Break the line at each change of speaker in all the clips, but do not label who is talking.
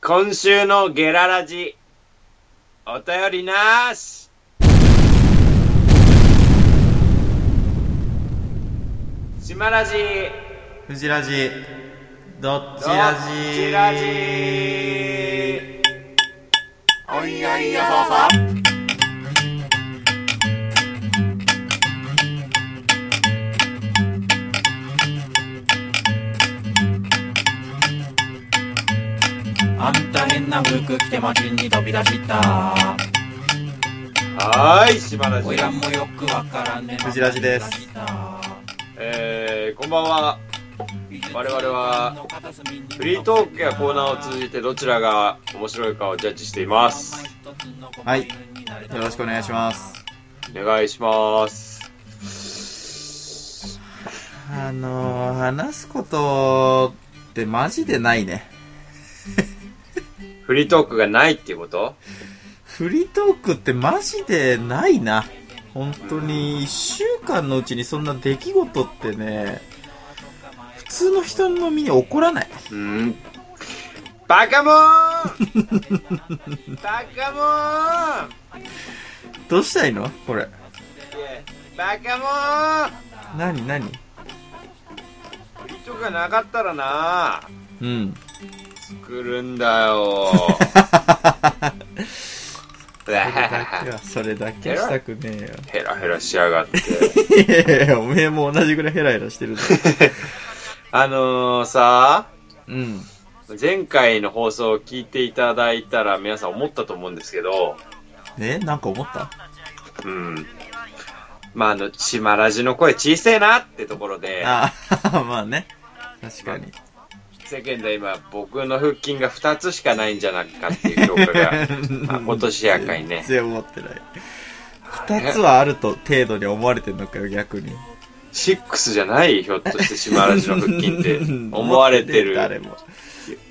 今週のゲララジ、お便りなーし。島ラジ、
フジラジどっち
ど
ラ
っ
ジ
ちラジ。
おいおいよささあんた変な服着て街に飛び出した
はーい、島ラジ
お。いらもよくわからんね
藤ラジです
えー、こんばんは。我々はフリートークやコーナーを通じてどちらが面白いかをジャッジしています。
はいよろしくお願いします
お願いします。
あのー、話すことってマジでないね
フリートークがないっていうこと
フリートークってマジでないな本当に1週間のうちにそんな出来事ってね普通の人の身に起こらないう
ーん。バカモーンバカモーン
どうしたいのこれ
いやバカ
何何
モーンフリートークがなかったらな
うん
作るんだようわ
それだけ
ぁ
はそれだけはしたくねえよ
ヘラヘラしやがって。
いやいやい やおめえも同じぐらいヘラヘラしてるぞ
あのー、さ
うん
前回の放送を聞いていただいたら皆さん思ったと思うんですけど、
えなんか思った
うん。まあ、あの、島ラジの声小せえなってところで、
あ あ、まあね。確かに。
世間で今僕の腹筋が2つしかないんじゃないかっていう評価が まあ今年やかいね
全然思ってない。二つはあると程度に思われてんのかよ、逆に。
6じゃないひょっとして島ラジの腹筋 って思われて
誰
る
も。、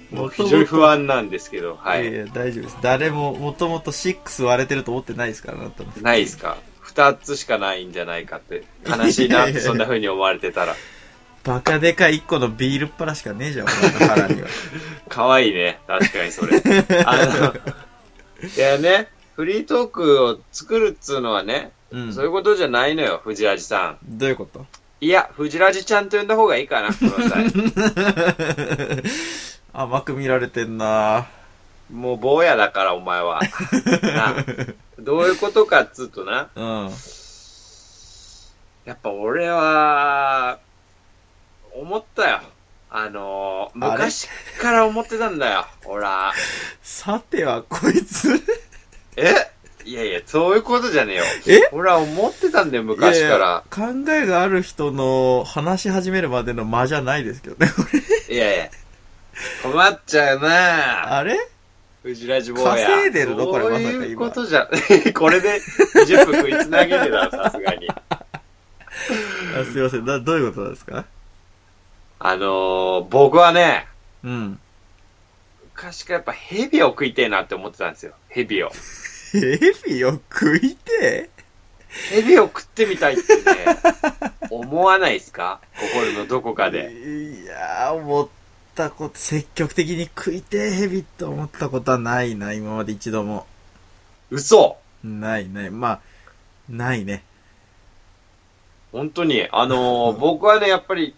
もう非常に不安なんですけどはいい
やいや、大丈夫です。誰も、もともと6割れてると思ってないですから、あなたの。
ないですか2つしかないんじゃないかって悲しいなってそんな風に思われてたら
バカでかい1個のビールっ腹しかねえじゃん、俺の 腹には。
可愛いね確かにそれ あのいやねフリートークを作るっつうのはね、
うん。
そういうことじゃないのよ藤ラジさん
どういうこと
いや藤ラジちゃんと呼んだ方がいいかなこの際
甘く見られてんな
もう坊やだから、お前は。なあどういうことかっつうとな、
うん。
やっぱ俺は、思ったよ。あのー、
あれ
昔から思ってたんだよ、ほら。
さては、こいつ。
えいやいや、そういうことじゃねえよ。
え
ほら、思ってたんだよ、昔から。
いやいや考えがある人の話し始めるまでの間じゃないですけどね。
いやいや。困っちゃうなぁ。
あれ
藤ラジ坊や。
稼いでるのこれまさか今
そういうことじゃ、 これで10分食いつなげてたら、さすがに。
あすいませんな。どういうことなんですか
あのー、僕はね、
うん。
昔からやっぱヘビを食いてえなって思ってたんですよ。ヘビ を。
ヘビを食いて
ヘビを食ってみたいってね、思わないですか心のどこかで。
いやー、思ったこと、積極的に食いてえヘビって思ったことはないな、今まで一度も。
嘘
ないない。まあ、ないね。
本当に。あ のー僕はね、やっぱり、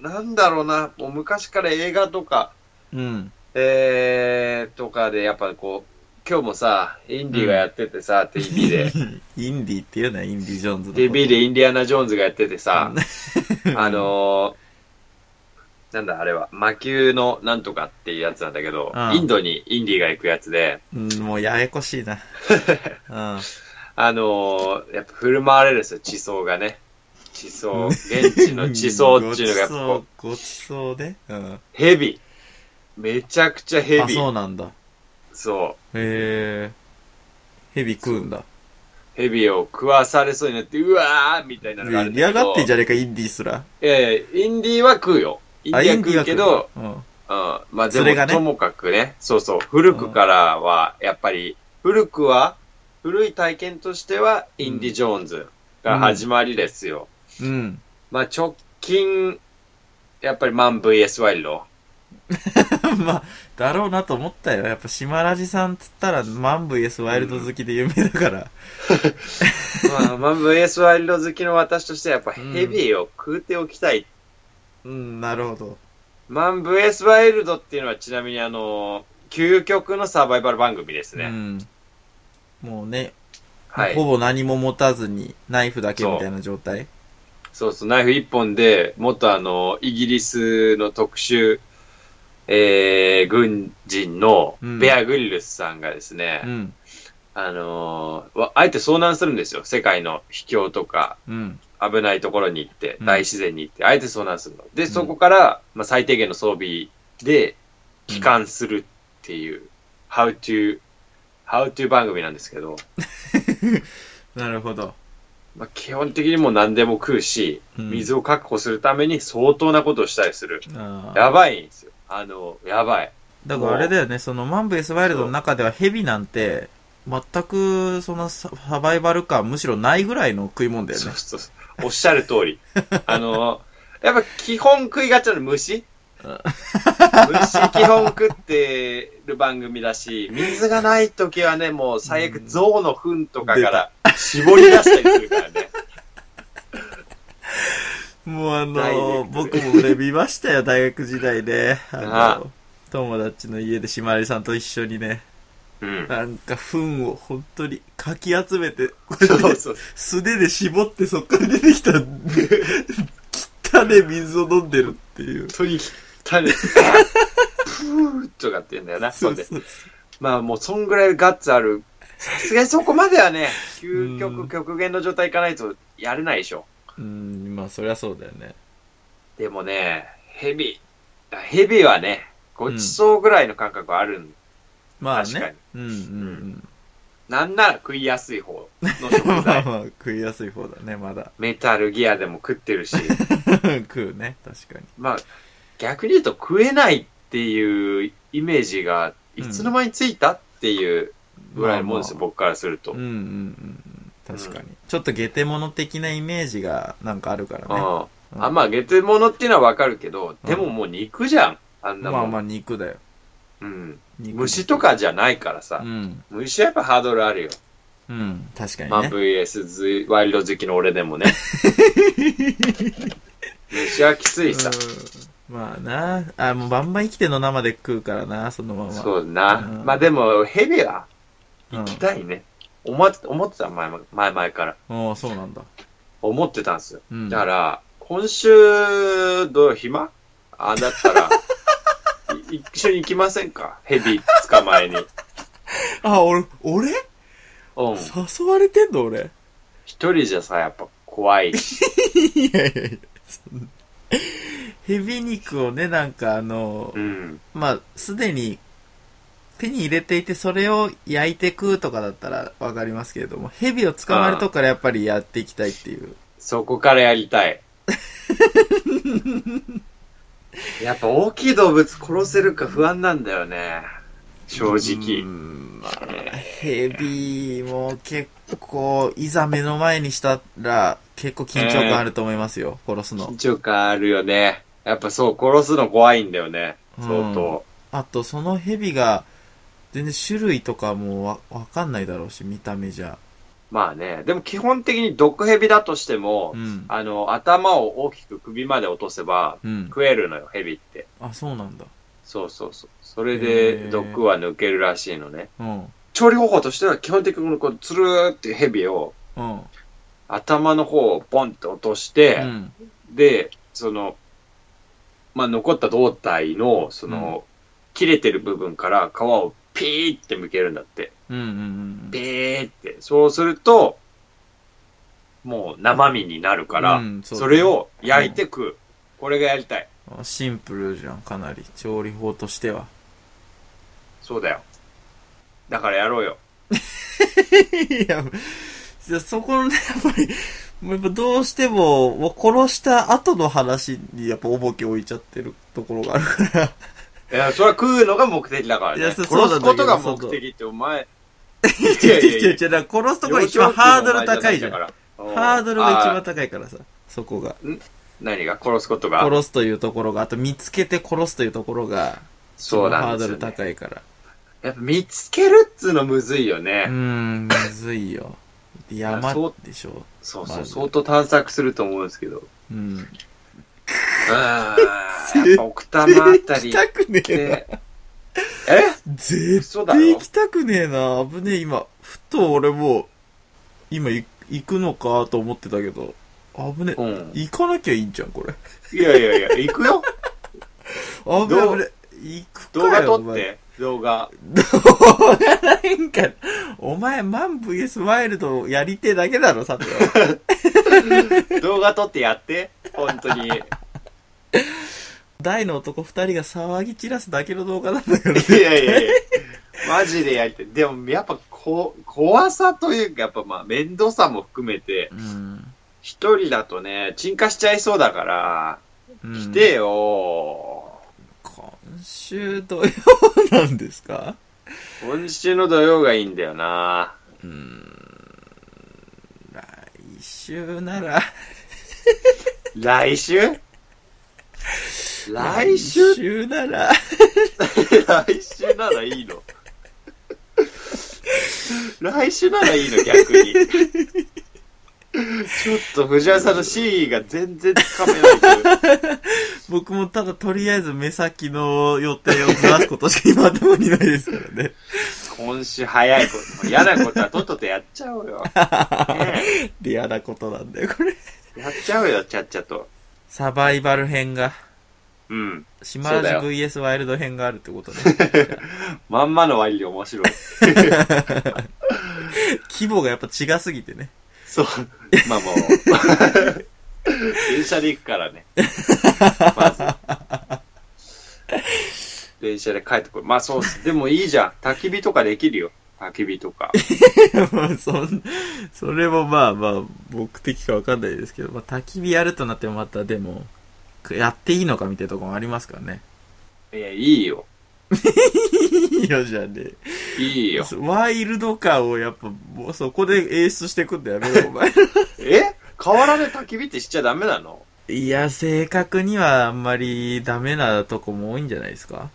なんだろうな、もう昔から映画とか、
うん。
えー、とかで、やっぱこう、今日もさ、インディがやっててさ、TV で。
インディっていうな、インディ・ジョーンズのこと。
TV でインディアナ・ジョーンズがやっててさ、
うん
あのーなんだあれは、魔球のなんとかっていうやつなんだけど、
うん
インドにインディが行くやつで、
うん、もうややこしい な。うん。
あのーやっぱ振る舞われるんですよ、地層がね。地層、現地の地層っていうのがやっぱ こう、
ごちそう、ごちそうで。うん。
ヘビ。めちゃくちゃヘ
あ、
ビ。
そ
そう
なんだ。
う。
へえ。ヘビ食うんだ。
ヘビを食わされそうになって、うわーみたいなのがあるんだけど。
嫌がってんじゃねえか、インディすら。
ええインディは食うよ。インディは食うけど、
あ、インディは食うんだ
うんまあ
それ
でも、
がね
ともかくね、そうそう、古くからは、やっぱり、古くは、古い体験としては、インディ・ジョーンズが始まりですよ。
うん。
まあ直近、やっぱりマン VS ワイルド。
まあ、だろうなと思ったよ。やっぱ、島ラジさんっつったら、マン VS ワイルド好きで有名だから。
まあ、まあ、VS ワイルド好きの私としてはやっぱヘビーを食うておきたい。
うん、なるほど。
マン VS ワイルドっていうのはちなみにあの、究極のサバイバル番組ですね。
うん。もうね、
はい
ほ。ぼ何も持たずに、ナイフだけみたいな状態。
そうそう、ナイフ一本で、元あの、イギリスの特殊、えー、軍人の
うん
ベア・グリルスさんがですね、
うん、
あのーわあえて遭難するんですよ。世界の秘境とか、
うん、
危ないところに行って、
うん
大自然に行って、あえて遭難するの。で、そこから、まあ、最低限の装備で、帰還するっていう、How to, How to 番組なんですけど、
なるほど。
まあ、基本的にもう何でも食うし、
うん
水を確保するために相当なことをしたりする。
あー
やばいんですよ。あの、やばい。
だからあれだよね、そのマンブ S ワイルドの中ではヘビなんて、全くそのササバイバル感むしろないぐらいの食い物だよ
そ
ね
う。そうそう。おっしゃる通 り。あの、やっぱ基本食いがちなの虫
うん
虫基本食ってる番組だし、水がない時はね、もう最悪象の糞とかから絞り出したりするからね。
もうあの
ダイレ
ー、
クト
僕も俺見 ましたよ、大学時代で。あのー
ああ
友達の家でしまりさんと一緒にね、
うん。
なんか糞を本当にかき集 めて、こうや
そう
って
そう。
素手で絞ってそっから出てきた、汚ね水を飲んでるっていう。
本当に汚い。プーとかって言うんだよな。そ
そ
ん
う
で。
そう
まあもうそんぐらいガッツある。さすがにそこまではね、究
うん
極極限の状態いかないとやれないでしょ。
うん、まあそりゃそうだよね。
でもね、ヘビ、あヘビはね、ごちそうぐらいの感覚はあるん、
まあ
確か
ね
に。
うんうんうん。
なんなら食いやすい方の
ま
食
あ
材。
まあ、食いやすい方だね、まだ。
メタルギアでも食ってるし、
食うね、確かに。
まあ、逆に言うと食えないっていうイメージが、いつの間についたっていうぐらいのもんですよ、
まあまあ
僕からすると。
うんうんうんうん。確かに。ちょっとゲテモノ的なイメージがなんかあるからね。
うん、
うん
あまあ、ゲテモノっていうのはわかるけど、でももう肉じゃん、あんな
ま
も
あ
ん。
まあ肉だよ。
うん。
肉
虫とかじゃないから
う
さ。
ん。
虫はやっぱハードルあるよ。
うん。確か
まあ、
にね。
VS ワイルド好きの俺で もね。虫はきついさ。
うんまあな。あ、もうバンバン生きての生で食うからな、そのまま。
そうだな。
うん
まあでも、ヘビは
うん。
痛いね。思って思ってた、前々前々から。
ああ、そうなんだ。
思ってたんですよ。
うん。
だから、今週、どう暇あ、だった ら、い一緒に行きませんかヘビ捕まえに。
あ、俺、俺
うん。
誘われてんの俺。
一人じゃさ、やっぱ怖いし。
いやいやいや、そんなヘビ肉をね、なんかあの
う、ん。
まあ、すでに手に入れていて、それを焼いて食うとかだったらわかりますけれども、蛇を捕まえるとこからやっぱりやっていきたいっていう。
そこからやりたい。 やっぱ大きい動物殺せるか不安なんだよね。正
う
直。
んまあ、蛇も結構、いざ目の前にしたら、結構緊張感あると思いますよ、殺すの
緊。張感あるよね。やっぱそう、殺すの怖いんだよね。相当。
あと、その蛇が、全然種類とかもわわかんないだろうし、見た目じゃ。
まあね、でも基本的に毒蛇だとしても、
うん。
あの、頭を大きく首まで落とせば
うん。
食えるのよ、蛇って。
あ、そうなんだ。
そうそうそう。それ
へ
で
ー
毒は抜けるらしいのね。
うん。
調理方法としては基本的にこのこうつるーって蛇を
うん。
頭の方をポンって落として、
うん。
で、その、まあ、残った胴体の、その、切れてる部分から皮をピーって剥けるんだって。
うんうんうん。
ピーって。そうすると、もう生身になるから、
うん
そ
そうだね
れを焼いて食う、これがやりたい。
あシンプルじゃん、かなり。調理法としては。
そうだよ。だからやろうよ。
いや、いやそこのね、やっぱり、もうやっぱどうしても、もう殺した後の話にやっぱおぼけ置いちゃってるところがあるか
いや、それは食うのが目的だからね。
いやそ
殺す
そうなんだ
こ
けど
とが目的ってお前、
ら。
いやいやいや
違う違うだから殺すとこが一番ハードル高いじゃん。
幼少期のお前な
ハードルが一
いだ
番
か
高いからさ、そこが。
ん何が殺すことが、
殺すというところが、あと見つけて殺すというところが、
そうな
ハ
んで
ード
すよ、
ル
ね。
高いから。
やっぱ見つけるっつうのむずいよね。
うーん、むずいよ。山でしょ。
そうそ
ま
う、
ず
相当探索すると思うんですけど。う
うん。
ーん。やっぱ奥多摩あたり
行き
った
くねえな。
て。え
絶
嘘だ
対行
ろ
きたくねえな。危ねえ、今。ふと俺もう、今い行くのかと思ってたけど、危ねえ。
うん。
行かなきゃいいんじゃん、これ。
いやいやいや、行く よ。
危ね
ど
え、危
う
ねえ。行くか
動画
よ、
撮
お
っ
前。
て、動画。
動画なんか、お前、 マン VS ワイルドやりてえだけだろ、さ ては。
動画撮ってやって、本当に。い
大の男二人が騒ぎ散らすだけの動画なんだけどね。
やいやいや、マジでやりたい。でも、やっぱこ、怖さというか、やっぱまあ、面倒さも含めて、
うん。
一人だとね、鎮火しちゃいそうだから、
う
来
ん
てよ。
今週土曜なんですか
今週の土曜がいいんだよな。
うーん。来週なら。
来週来週
来週なら。
来週ならいいの来週ならいいの逆にちょっと藤原さんの真意が全然つかめない
僕もただとりあえず目先の予定をずらすことしか今頭にないですからね。
今週早いこと嫌なことはとっととやっちゃおうよ、ね
レアなことなんだよ、これ。
えやっちゃおうよちゃっちゃと
サバイバル編が、
うん
島ラジ
そうだ
VS ワイルド編があるってことね。
まんまの割に面白い
規模がやっぱ違すぎてね。
そうまあもう電車で行くからねまず電車で帰ってくるまあそうっすでもいいじゃん焚き火とかできるよ焚き火とか
まあ、そん、それもまあまあ、目的かわかんないですけど、まあ、焚き火やるとなってもまたでも、くやっていいのかみたいなとこもありますからね。
いや、いいよ。
いいよ、じゃあね。
いいよ。
ワイルド感をやっぱ、もうそこで演出してくんだよ、ね、お前。
え河原で焚き火ってしちゃダメなの
いや、正確にはあんまりダメなとこも多いんじゃないですか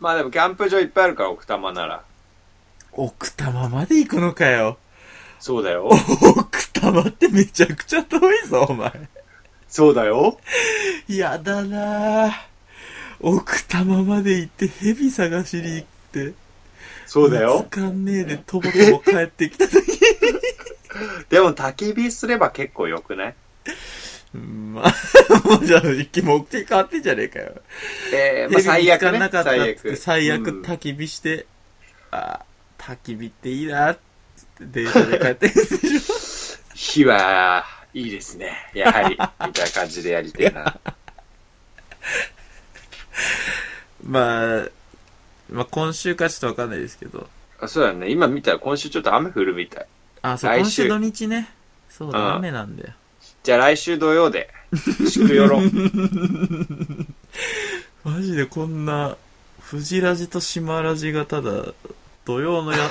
まあでもキャンプ場いっぱいあるから、奥多摩なら。
奥多摩まで行くのかよ。
そうだよ。
奥多摩ってめちゃくちゃ遠いぞ、お前。
そうだよ。
やだなぁ。奥多摩まで行って蛇探しに行って。
そうだよ
見つ。かんねえで、とぼとぼ帰ってきた時。
でも焚き火すれば結構良くない
うんまあ、もうじゃあ、一気目的変わってんじゃねえかよ。
えー、まあ最悪ね。最
最
悪。
悪。最悪
うん
焚き火して、あ焚き火っていいなっつって電車で帰ってくるでしょ。
火は、いいですね。やはり、みたいな感じでやりてえ な。
まあ、まあ今週かちょっとわかんないですけど。
あそうだね。今見たら今週ちょっと雨降るみたい。
あ、そう、
来
今
週
週土日ね。そう
うん
だ、雨なんだよ。
じゃあ来週土曜で、祝よ ろ。
マジでこんな、藤ラジと島ラジがただ、土曜の や、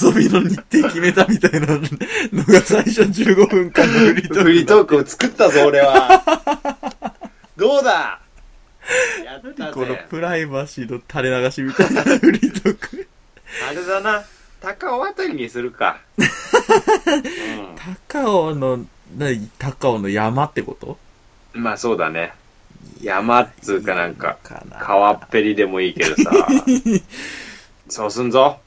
遊びの日程決めたみたいなのが最初15分間のフリートーク。
フリートークを作ったぞ、俺は。 どうだやった
この
ぜ。
プライバシーの垂れ流しみたいなフリートーク。
あれだな。高尾あたりにする か。う
高尾の、何高尾の山ってこと
ん、まあそうだね。山っつうかなんか、
いいのな
川っぺりでもいいけどさ。 そうすんぞ。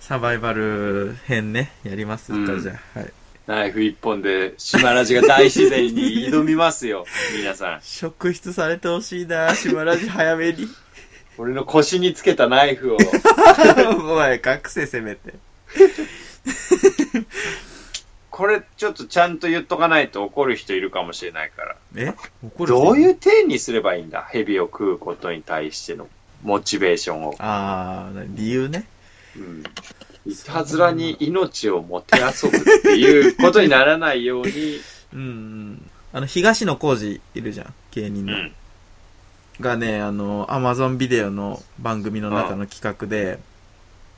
サバイバル編ね、やりますか、
うん
じゃあ。はい。
ナイフ一本で、島ラジが大自然に挑みます よ。皆さん。
職質されてほし いな、島ラジ早めに。
俺の腰につけたナイフを。
お前、隠せせめて。
これちょっとちゃんと言っとかないと怒る人いるかもしれないから。
え怒る人
どういう体にすればいいんだ蛇を食うことに対してのモチベーションを。
あー、理由ね。
うんいたずらに命をもてあそぶっていうことにならないように、
うんうん。あの、東野浩二いるじゃん、芸人
う
の。
ん。
がね、あの、アマゾンビデオの番組の中の企画で、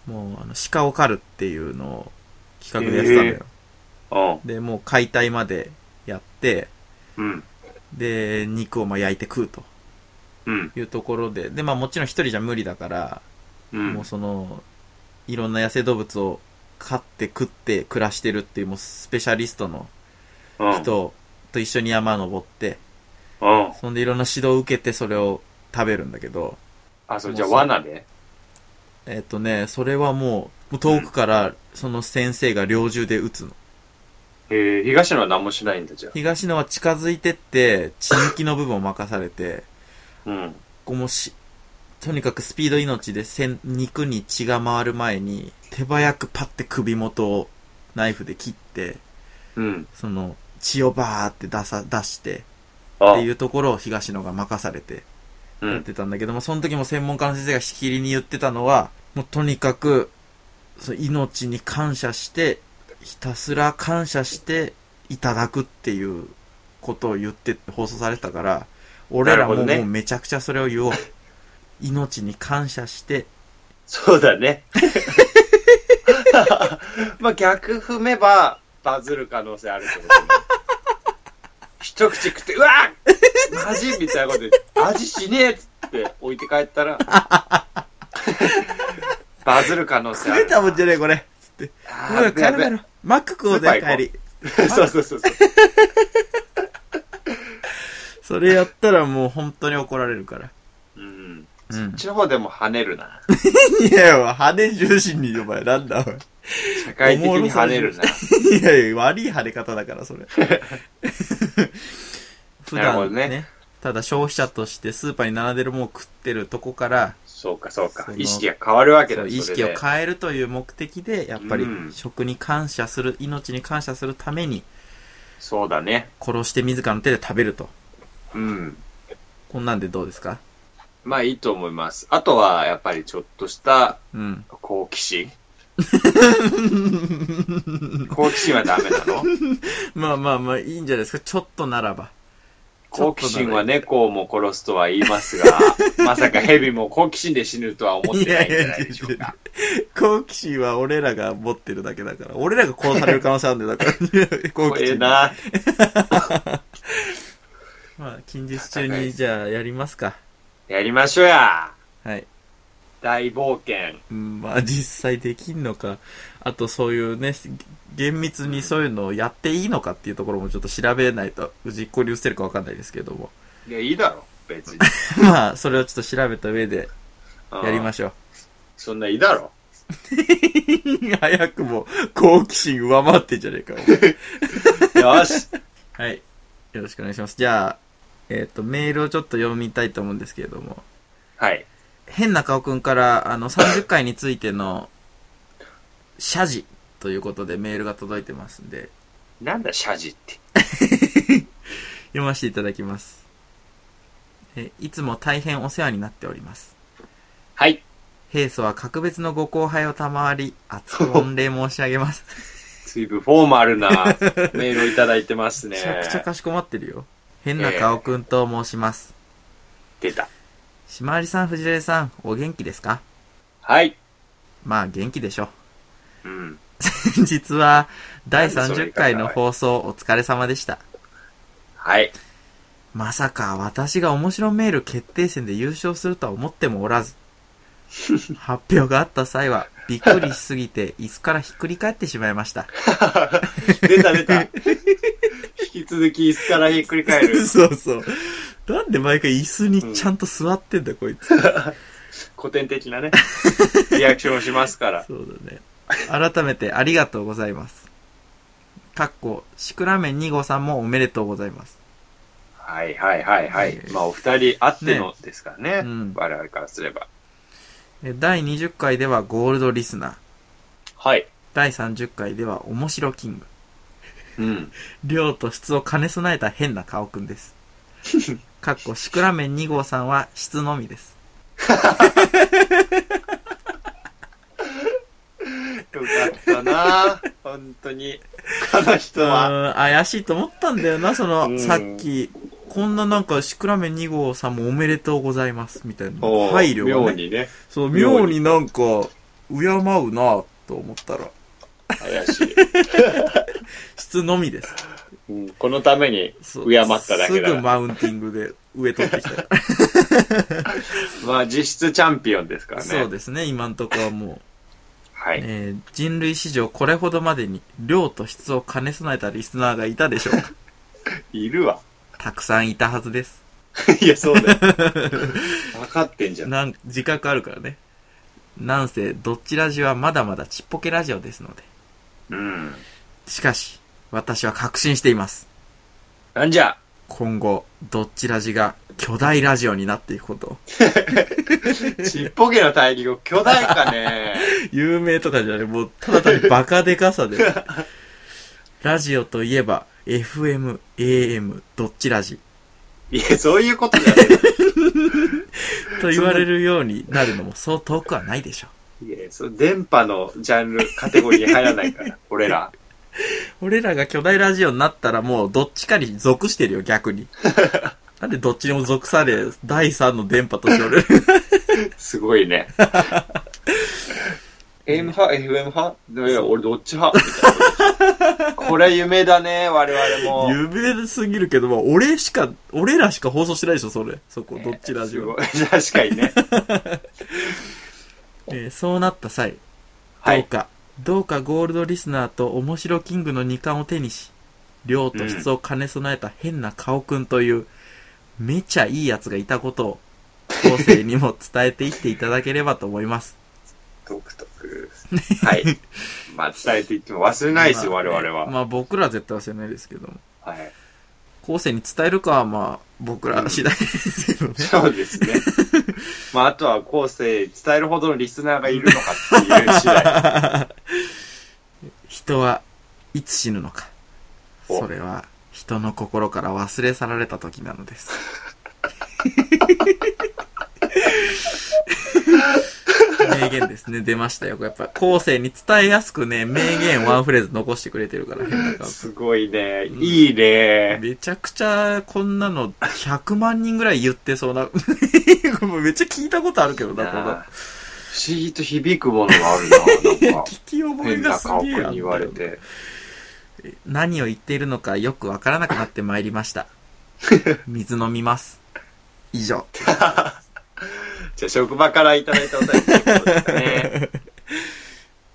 もう、あの、鹿を狩るっていうのを企画でやってたんだよ。
うん。
で、もう解体までやって、
うん。
で、肉をまあ焼いて食うと
うん。
いうところで、で、まあもちろん一人じゃ無理だから、
うん。
もうその、いろんな野生動物を飼って食って暮らしてるっていうもうスペシャリストの
うん。
人と一緒に山登って、
うん。
そんでいろんな指導を受けてそれを食べるんだけど、
あ、そう、じゃあ罠で
えっ、とね、それはもう、もう遠くからその先生が猟銃で撃つの。
えー、東野は何もしないんだ、じゃ
東野は近づいてって、血抜きの部分を任されて、
あ。うん。
ここもし、とにかくスピード命でせん肉に血が回る前に、手早くパッて首元をナイフで切って、
うん。
その、血をバーって出さ、出して、
あ
っていうところを東野が任されて
う
やっ
ん。
てたんだけども、その時も専門家の先生がしきりに言ってたのは、もうとにかく、そう命に感謝して、ひたすら感謝していただくっていうことを言って放送されてたから、俺ら
なるほ
も,、
どね
もうめちゃくちゃそれを 言おう。命に感謝して、
そうだね。 まあ逆踏めばバズる可能性あるけど、ね、一口食って、うわっマジみたいなことで、味しねえっつって置いて帰った ら、バズる可能性
食
あ
え
る。
たもんじゃねえこれつって。
あ
ほら、
ー
帰
やべ
ろ
や
帰ろ。マック食おう
ス
ぜ
ー、パー行こ
帰
う
り。
べ そうそうそうそう。
それやったらもう本当に怒られるから。
うん。
うん。
地方でも跳ねるな。
いやいや、羽根重心に、お前、なんだ、おい。
社会的に跳ねるな。
いやいや、悪い跳ね方だか ら、それ。普
なるほど
段ね
ね
ただ消費者としてスーパーに並んでるものを食ってるとこから、
そうかそう
そ
か。
の
意識が変わるわけだ
そう
それで
意識を変えるという目的で、やっぱり
うん
食に感謝する、命に感謝するために、
そうだね。
殺して自らの手で食べると。
うん。
こんなんでどうですか
まあいいと思います。あとは、やっぱりちょっとした
うん。
好奇心好奇心はダメなの
まあまあまあ、いいんじゃないですか。ちょっとならば。ち
好
ょっとなら
奇心は猫をも殺すとは言いますが、まさか蛇も好奇心で死ぬとは思ってないんじゃないでしょうか。
好奇心は俺らが持ってるだけだから。俺らが殺される可能性あるんだよ、だから。好
怖え。な。
まあ、近日中に、じゃあ、やりますか。
やりましょうや。
はい。
大冒険。
うんまあ、実際できんのか。あと、そういうね、厳密にそういうのをやっていいのかっていうところもちょっと調べないと、実行に移せるかわかんないですけども。
いや、いいだろ。別に。
まあ、それをちょっと調べた上で、やりま
し
しょ
そんないいだろ。
う。 早くも、好奇心上回ってんじゃねえか。お前
よし。
はい。よろしくお願いします。じゃあ、えっ、と、メールをちょっと読みたいと思うんですけれども、
はい。
変な顔くんから、あの、30回についての、謝辞ということでメールが届いてますんで、
なんだ、謝辞って。
読ませていただきます。え、いつも大変お世話になっております。
はい。
平素は格別のご後輩を賜り、厚く御礼申し上げます。
随分フォーマルなメールをいただいてますね
め。ちゃくちゃかしこまってるよ。変な顔くんと申します。
出た。
しまわりさん、藤れさん、お元気ですか
はい。
まあ、元気でしょ
う
う。
ん。
先日は第
何それ
30回の放送お疲れ様でした。
はい。
まさか私が面白メール決定戦で優勝するとは思っても おらず、発表があった際はびっくりしすぎて椅子からひっくり返ってしまいました。
出た出 た。引き続き椅子からひっくり返る。
そうそう。なんで毎回椅子にちゃんと座ってんだ、こいつ。
古典的なね、リアクションをしますから。
そうだね。改めてありがとうございます。かっこ、シクラメン2号さんもおめでとうございます。
はいはいはいはい。
えー
まあお二人あってのですからね。
うん
我々からすれば。
え第20回ではゴールドリスナー。
はい。
第30回では面白キング。
うん。
量と質を兼ね備えた変な顔く んです。かっこ、シクラメン2号さんは質のみです。
よかったな本当に。この人
う
は。
ーん、怪しいと思ったんだよな、その、
うん
さっき、こんななんか、シクラメン2号さんもおめでとうございます、みたいな。
おー
配慮
妙
が、ね。
にね。
そう、
妙に
妙になんか、敬うなぁと思ったら、
怪しい。
質のみです。
うん、このために敬
そ
っ
う
ただけ
すぐ
だ。ま
マウンティングで上取ってきたから。
あ実質チャンピオンです からね。
そうですね、今んとこはもう。
はい。
えー人類史上これほどまでに量と質を兼ね備えたリスナーがいたでしょうか。
いる わ。
たくさんいたはずです。
いや、そう だよ。分かってんじゃん。
なん、自覚あるからね。なんせ、どっちラジオはまだまだちっぽけラジオですので。
うん。
しかし、私は確信しています。
なんじゃ
今後、どっちラジが巨大ラジオになっていくことを。
ちっぽけな大陸、巨大か ね。
有名とかじゃない、もう、ただ単にバカでかさで。ラジオといえば、FM、AM、どっちラジ。
いや、そういうことじゃない。
と言われるようになるのもそう遠くはないでしょ
いや、そう、電波のジャンル、カテゴリーに入らないから、俺ら。
う。俺らが巨大ラジオになったらもうどっちかに属してるよ、逆に。なんでどっちにも属され、第三の電波として 俺ら、
すごいね。AM 派 ?FM 派いやいや、俺どっち派みた いな。これ夢だね、我々も。
夢すぎるけど、まあ俺しか、俺らしか放送してないでしょ、それ。そこ、どっちラジ
す
オ。
ごい確かにね。
えーそうなった際、
は
どう
い。
か、どうかゴールドリスナーと面白キングの2冠を手にし、量と質を兼ね備えた変な顔くんという、めちゃいいやつがいたことを、後世にも伝えていっていただければと思います。
独特。 はい。まあ、伝えていっても忘れないですよ、
まあ
我
ね
々は。
まあ僕らは絶対忘れないですけども。
はい。
後世に伝えるかはまあ僕ら次第ですけどね。
そうですね。まあ、あとは後世に伝えるほどのリスナーがいるのかっていう次 第。
人はいつ死ぬのか。
お
それは人の心から忘れ去られた時な のです。名言ですね。出ましたよ。やっぱ後世に伝えやすくね、名言ワンフレーズ残してくれてるから、変な顔
すごいね。いいね。
めちゃくちゃこんなの100万人ぐらい言ってそうな。 めっちゃ聞いたことあるけどな、こ
な
の
あ。不思議と響くものがあるな、なんか。
聞き覚え
変
が
な
す
顔く
げえあんだよ
んに言われて。
何を言っているのかよくわからなくなってまいりました。 水飲みます。以上。
じゃあ、職場からいただいたお便りということです ね。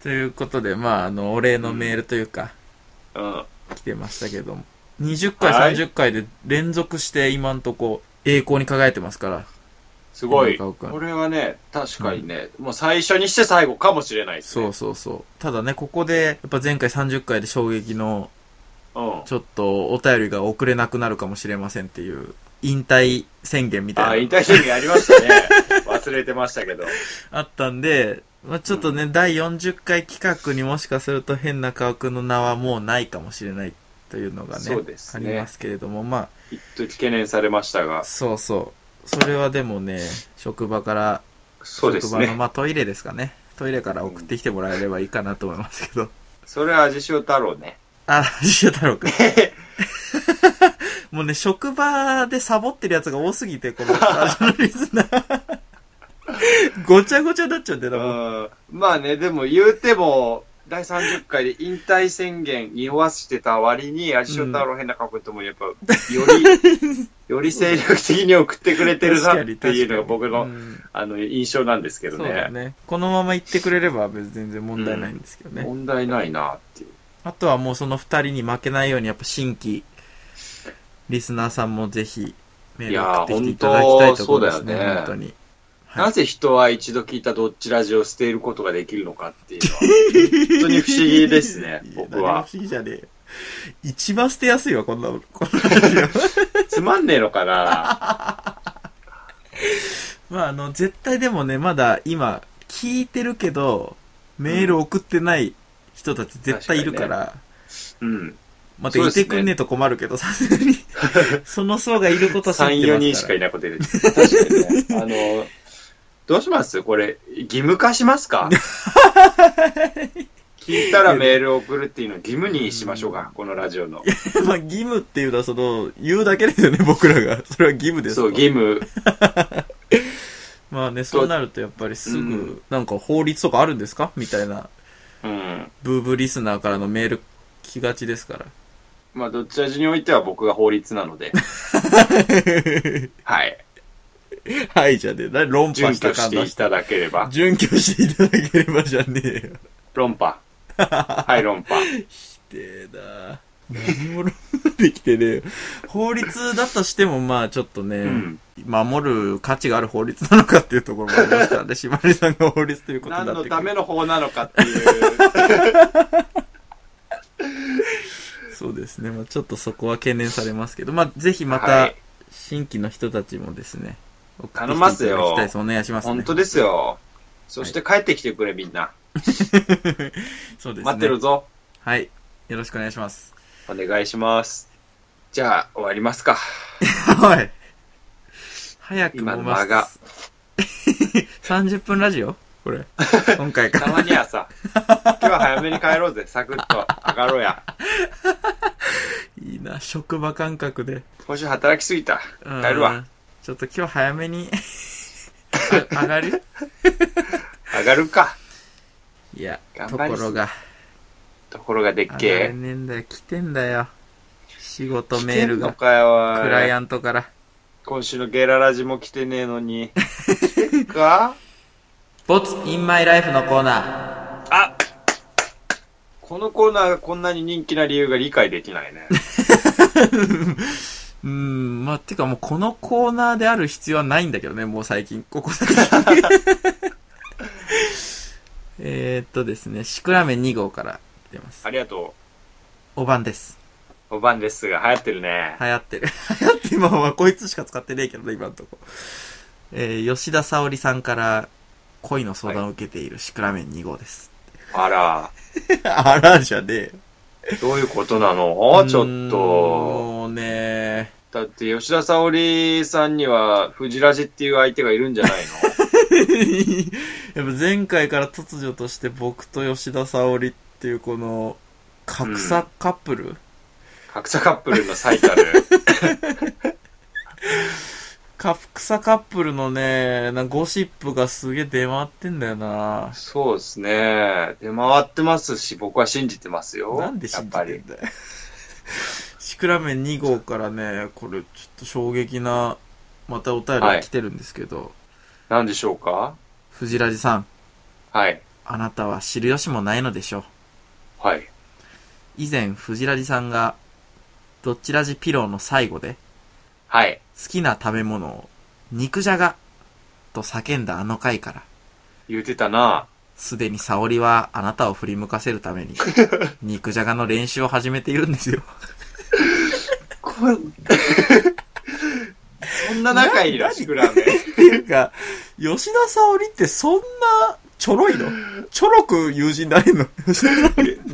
ということで、まあ、あの、お礼のメールというか、
うん。
来てましたけども。20回、
はい
30回で連続して今んとこ栄光に輝いてますから。
すごい。
中岡君
これはね、確かにね、もう最初にして最後かもしれないです
そ
ね
う。そうそう。ただね、ここで、やっぱ前回30回で衝撃の、
そう。うん。
ちょっとお便りが遅れなくなるかもしれませんっていう、引退宣言みたいな。
あ、引退宣言やりましたね。忘れてましたけど。
あったんで、まあ、ちょっとね、第40回企画にもしかすると変な顔くんの名はもうないかもしれないというのがね、
そうです
あ
ね
りますけれども、ま
一時懸念されました
あ、
が。
そうそう。それはでもね、職場から、
そうです
職場の、
ね。
まあトイレですかね。トイレから送ってきてもらえればいいかなと思いますけど。
それは味塩太郎ね。
あ、石田太郎くん。 もうね、職場でサボってるやつが多すぎて、この、ラジオのリスナー。 ごちゃごちゃになっちゃうんだよ
う。
な、もうん
まあね、でも言うても、第30回で引退宣言にわせてた割に、味塩太郎変な格好ともやっぱ、より、 より精力的に送ってくれてるなっていうのが僕の、
うん
あの、印象なんですけど
そうだ
ね。
ね。このまま行ってくれれば別に全然問題ないんですけどね。
問題ないなっていう。
あとはもうその二人に負けないようにやっぱ新規リスナーさんもぜひメール送ってきていただきたいところですね。
いやー本
本
当そう
当
だよ
に。はい
なぜ人は一度聞いたどっちラジオを捨てることができるのかっていうのは、本当に不思議ですね
い、や
僕
何も
は
不。思議じゃねえよ。一番捨てやすいわ、こんなの、こんなの
つまんねえのか な
まああの、絶対でもね、まだ今、聞いてるけど、メール送ってない人たち絶対いるから、
うん。
またいてくんねえと困るけど、さすがに、 その層がいることは知ってます
3、
から。
4人しかいないことで。確かにね。あ の、どうしますこれ、義務化します か聞いたらメールを送るっていうのを義務にしましょうか、このラジオの。
まあ、義務っていうのは、その、言うだけですよね、僕らが。それは義務ですと
そう、義務。
まあね、そうなるとやっぱりす
う
ぐ、なんか法律とかあるんですかみたいな、
うん。
ブーブーリスナーからのメール来がちですから。
まあ、どちらにおいては僕が法律なので、 はい。
はい、じゃねえ。な論破
準
した
拠し
感
て
出
い
した
だければ。
準拠していただければじゃねえよ。
論 破。はい、論破。
ひでえな何も論破できてねえよ。法律だとしても、まあちょっとね、
うん。
守る価値がある法律なのかっていうところもありま すからね。島根さんが法律ということだっ
何
てく
の
る
ための法なのかって いう。
そうですね。まあちょっとそこは懸念されますけど、まあぜひま
は
た
い、
新規の人たちもですね、送ってきていた
頼ますよ
だきたいです。お願いします、ね。
本当ですよ。そして帰ってきてくれ、みんな。
そうですね。
待ってるぞ。
はい。よろしくお願いします。
お願いします。じゃあ、終わりますか。
はい。早く
今
も
の
ま
間 が。
30分ラジオこ れ。今回
た
か。
まには さ、今日は早めに帰ろうぜ。サクッと上がろうや。
いいな、職場感覚で。
今週働きすぎた。
うん
帰るわ。。
ちょっと今日早め にあ上がる
上がるか。
いや、
頑
とこ
張りすぎ
ろが、
ところがでっ
上がれ
け
ねえんだよ。来てんだよ。仕
え。
事メール
来てんの
が、
かよ。
クライアントから。
今週のゲララジも来てねえのに。 か
ボツインマイライフのコーナー。
あこのコーナーがこんなに人気な理由が理解できないね。
うーん、まあ、てかもうこのコーナーである必要はないんだけどね、もう最近、ここ最近。 えーっとですね、シクラメン2号から出ます
あ。りがと
おばんです。
う。おばんですが、流行ってるね。
流行ってる。流行って今はこいつしか使ってねえけどね、今んとこ。えー、吉田沙織さんから恋の相談を受けているシクラメン2号です。
あら。
あらじゃね
どういうことな
え
の
よ
ち
うー
ょ
ん
っと。
もうね
だって、吉田沙保里さんには、藤ラジっていう相手がいるんじゃない の
やっぱ前回から突如として僕と吉田沙保里っていうこの格差カップル、
格差カップルの最たる。
格差カップルのね、なんかゴシップがすげえ出回ってんだよな。
そうですね。出回ってますし、僕は信じてますよ。
なんで信じ
やっぱ
て
り
ん。だよ。 シクラメン2号からね、これちょっと衝撃な、またお便りが来てるんですけど、
なんでしょうか
藤ラジさん、
はい。
あなたは知る由もないのでしょう。
はい。
以前、藤ラジさんが、どっちラジピローの最後で、
はい。
好きな食べ物を、肉じゃがと叫んだあの回から、
言うてたな。
すでに沙織はあなたを振り向かせるため に、肉じゃがの練習を始めているんですよ。
これそんな仲いいらしくラーメン。
っていうか、吉田沙織ってそんな、ちょろいのちょろく友人になれんの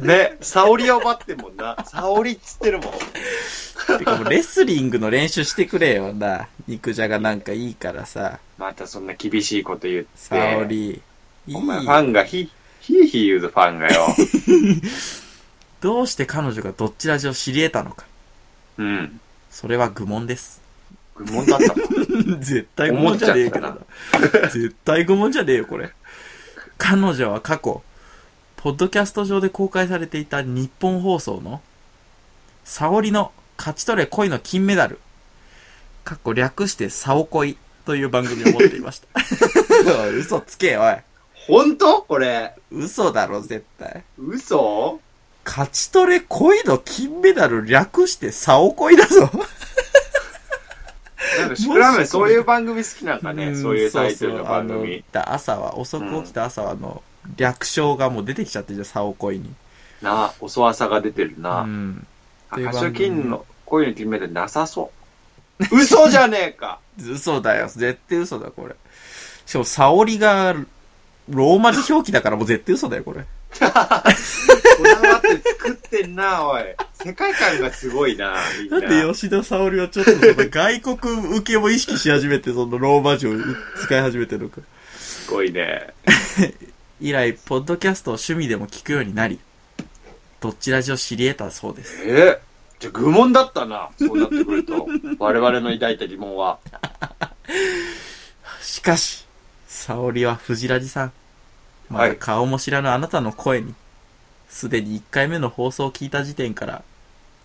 ね、沙織はばってんもんな。沙織っつってるもん。
てかもうレスリングの練習してくれよな。肉じゃがなんかいいからさ、
またそんな厳しいこと言って。
沙織。いい
お前ファンがひ、ひいひい言うぞ、ファンがよ。
どうして彼女がどっちラジを知り得たのか。
うん。
それは愚問です。
愚問だったもん。
絶対愚問じゃねえから
思
な。絶対愚問じゃねえよ、これ。彼女は過去、ポッドキャスト上で公開されていた日本放送の、沙織の勝ち取れ恋の金メダル、かっこ略して沙織恋という番組を持っていました。おい 嘘つけよ、おい。
本当これ。
嘘だろ、絶対。
嘘
勝ち取れ恋の金メダル略して沙織恋だぞ。
なんか、シクラメンそういう番組好きなんかね。
ん
そういうタイトルの番
そうそうあの起
組
き。た朝は、遅く起きた朝は、あの、略称がもう出てきちゃってるじゃん、サオコイに。
なあ、遅朝が出てる
う
な。
ん。
あ
という
カ
番
ショ
組
キンの恋の金メダルなさそう。嘘じゃねえか
嘘だよ、絶対嘘だ、これ。しかも、サオリが、ローマ字表記だからもう絶対嘘だよ、これ。
こだわって作ってんな、おい。世界観がすごいな、みん
だ
な。
って吉田沙織はちょっとその外国受けも意識し始めて、そのローマ字を使い始めてるのか。
すごいね。
以来、ポッドキャストを趣味でも聞くようになり、どっちラジを知り得たそうです。
えじゃあ愚問だったな。そうなってくると。我々の抱いた疑問は。
しかし、沙織は藤ラジさん。ま
は
だ
い
顔も知らぬあなたの声に、すでに1回目の放送を聞いた時点から、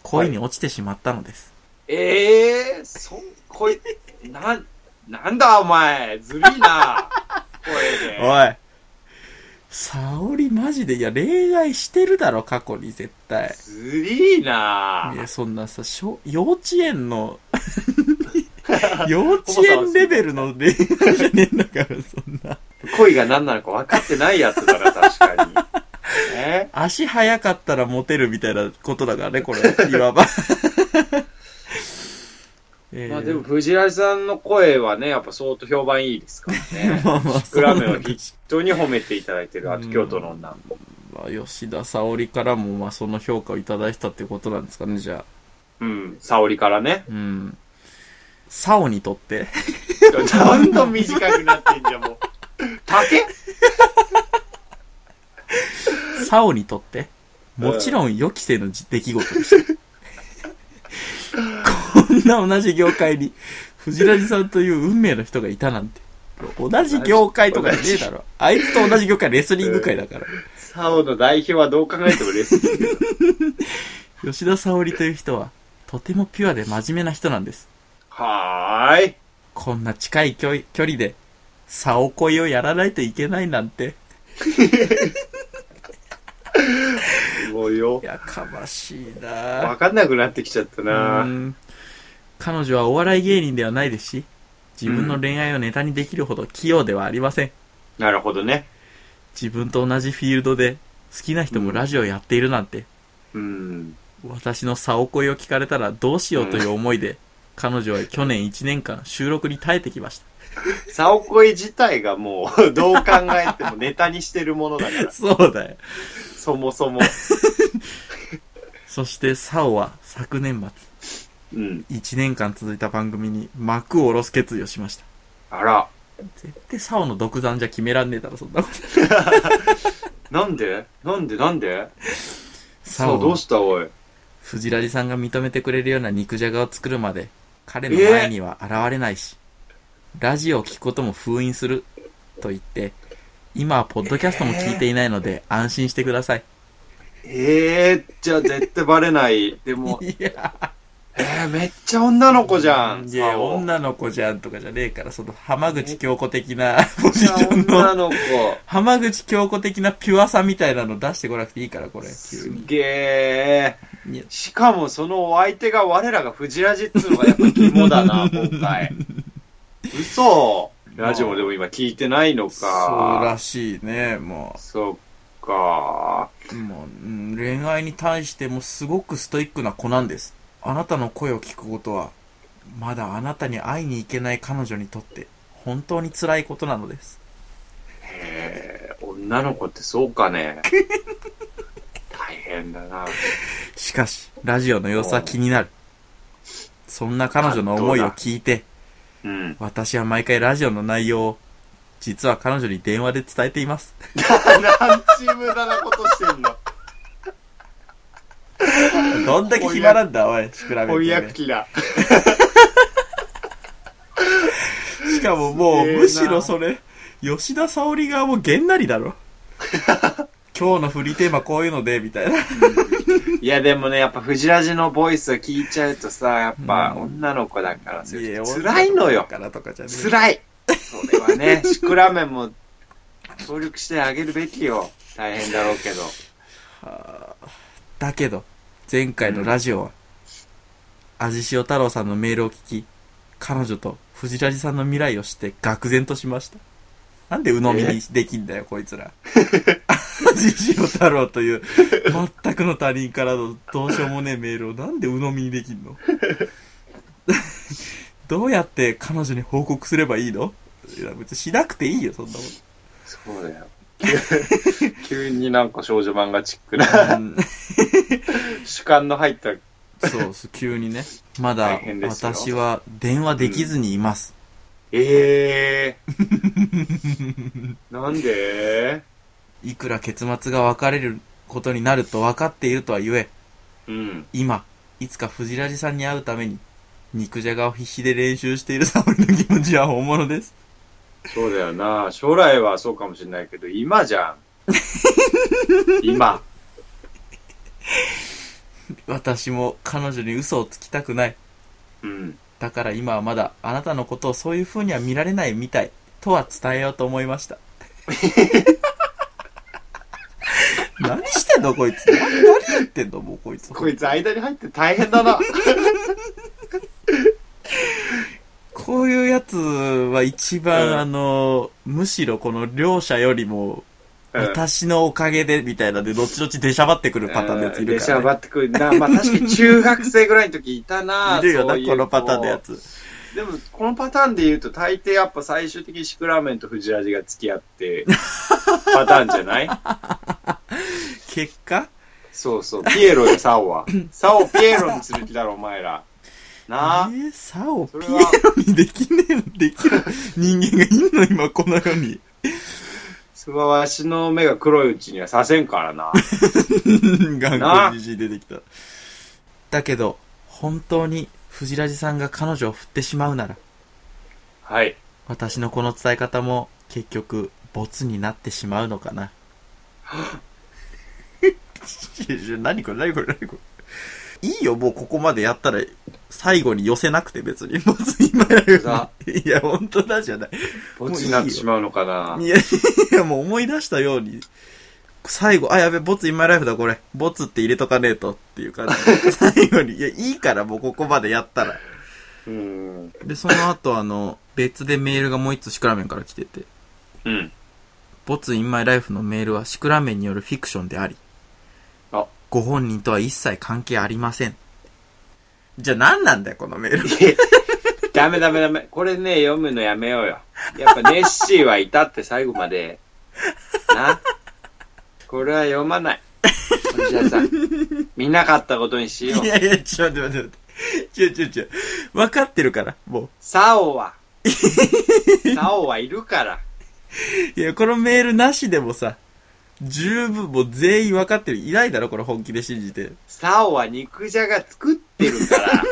恋に落ちてしまったのです。
ええー、そん、こい、な、なんだお前、ずるいな。声 で。
おい。沙織マジで、いや、恋愛してるだろ、過去に絶対。
ずりーないー
や、そんなさ、しょ幼稚園 の、幼稚園レベルの恋愛じゃねえんだから、そんな。
恋が何なのか分かってないやつだな、確かに。ね、
足早かったらモテるみたいなことだからね、これ、いわば。 えー
まあでも、、藤原さんの声はね、やっぱ相当評判いいですからね
。まあまあ、
シクラメン
そうな
を
んだ
非常に褒めていただいてる、あと京都の女も。
まあ吉田沙織からも、まあ、その評価をいただいてたってことなんですかね、じゃあ。
うん、沙織からね。
うん。沙織にと って、
どんどん短くなってんじゃん、もう。竹
沙織にとって、もちろん予期せぬ出来事で した。こんな同じ業界に、藤波さんという運命の人がいたなんて。同じ業界とかじゃねえだろ。あいつと同じ業界、レスリング界だから。
沙織の代表はどう考えてもレスリング。
吉田沙織という人は、とてもピュアで真面目な人なんです。
はーい。
こんな近い距離距離で、サオ恋をやらないといけないなんて。
すごいよ
い。やかましいな
分かんなくなってきちゃった
う
な。
ん彼女はお笑い芸人ではないですし、自分の恋愛をネタにできるほど器用ではありません。
なるほどね。
自分と同じフィールドで、好きな人もラジオやっているなんて、
うん。
私のサオ恋を聞かれたらどうしようという思いで、彼女は去年1年間収録に耐えてきました。
サオコイ自体がもう、どう考えてもネタにしてるものだから、
そうだよ。
そもそも。
そしてサオは昨年末、
うん。
1年間続いた番組に幕を下ろす決意をしました。
あら、
絶対サオの独断じゃ決めらんねえだろ、そんなこと。
なんでなんでなんで
サ
さあ、
オ
ど
の
うしたおい。
藤ラジさんが認めてくれるような肉じゃがを作るまで、彼の前には現れないし、ラジオを聞くことも封印する、と言って、今はポッドキャストも聞いていないので安心してください。
ええー、じゃあ絶対バレない。でも、
いや、
えー、めっちゃ女の子じゃん。
いや、
サオめっ
女の子じゃんとかじゃねえから、その浜口京子的なポジ
ち
シ
ゃ
ョン
女
の、
の 子。
浜口京子的なピュアさみたいなの出してこなくていいから、これ、急
す
に。
げえ。
いや
しかもそのお相手が我らが藤ラジっつうのがやっぱ肝だ な、今回。嘘ラジオもでも今聞いてないのか。
そうらしいね、もう。
そっか。
もううん恋愛に対してもすごくストイックな子なんです。あなたの声を聞くことは、まだあなたに会いに行けない彼女にとって、本当に辛いことなのです。
へえ、女の子ってそうか ね。大変だな。
しかし、ラジオの様子は気になる。そんな彼女の思いを聞いて、
うん。
私は毎回ラジオの内容を、実は彼女に電話で伝えています。
なんち無駄なことしてんの。
どんだけ暇なんだ、おい、しくらべ
翻
て、
訳機だ。
しかもも
す
う、
げえな
むしろそれ、吉田沙織がもうげんなり だろ。今日のフリーテーマこういうので、みたいな。
いやでもね、やっぱ藤ラジのボイスを聞いちゃうとさ、やっぱ
うん
女の子だからさ、
いや
辛いの
女の子だ
よ。
からとかじゃねえ
辛い。それは ね、シクラメンも協力してあげるべきよ。大変だろうけど。
だけど、前回のラジオは、味塩太郎さんのメールを聞き、彼女と藤ラジさんの未来を知って愕然としました。なんで鵜呑みにできんだよ、こいつら。味塩太郎という、全くの他人からのどうしようもねえメールをなんで鵜呑みにできんのどうやって彼女に報告すればいいのいや、別にしなくていいよ、そんなこと。
そうだ よ。急になんか少女漫画チックな
うん
主観の入った。
そうそう、急にね。まだ
大変、ですよ
私は電話できずにいます。
ええー。なんで
いくら結末が分かれることになると分かっているとはゆえ、
うん。
今、いつか藤ラジさんに会うために、肉じゃがを必死で練習している沙織の気持ちは本物です。
そうだよな。将来はそうかもしれないけど、今じゃん。今。
私も彼女に嘘をつきたくない。
うん。
だから今はまだあなたのことをそういう風には見られないみたいとは伝えようと思い ました。何してんのこいつ。何何やってんのもうこいつ。
こいつ間に入って大変だな。
こういうやつは一番、
うん
あの、むしろこの両者よりも、私のおかげでみたいなので、後々出しゃばってくるパターンのやついるから、
出しゃば
ね。
ってくるな。まあ確かに中学生ぐらいの時いたな。
いるよな、
そういう
このパターンのや
子。
つ。
でも、このパターンで言うと、大抵やっぱ最終的にシクラメンと藤ラジが付き合って、パターンじゃない
結果
そうそう。ピエロよ、サオは。サオピエロにする気だろ、お前ら。なあ
え。ー、サオ、ピ
そ
エ
れ
ロ
は
にできねえの、できる人間がいんの今この世に。
それはわしの目が黒いうちにはさせんからな。
頑固じじい出てきた。だけど、本当に藤ラジさんが彼女を振ってしまうなら、
はい。
私のこの伝え方も結局、ボツになってしまうのかな。いやいや 何これ何これ何これ。いいよ、もうここまでやったら、最後に寄せなくて別に、ボツ今やる
さ。
いや、本当だじゃない。
ぼっちになってしまうのかない
や、いや、もう思い出したように、最後、あ、やべ、ボツ、今ライフだ、これ。ボツって入れとかねえと、っていう感 じ。最後に、いや、いいから、もうここまでやったら。
うん。
で、その後、あの、別でメールがもう一つシクラメンから来てて、
うん。
ボツ、今ライフのメールはシクラメンによるフィクションであり、
あ
ご本人とは一切関係ありません。じゃあ何なんだよ、このメール。
いやダメダメダメ。これね、読むのやめようよ。やっぱネッシーはいたって最後まで。な。これは読まない。藤田さん。見なかったことにしよ。
いうやいや、ちょ、待って待って待って。違う違う違う。分かってるから、もう。
サオは。サオはいるから。
いや、このメールなしでもさ、十分もう全員分かってる。いないだろ、これ本気で信じて。
サオは肉じゃが作ってるから。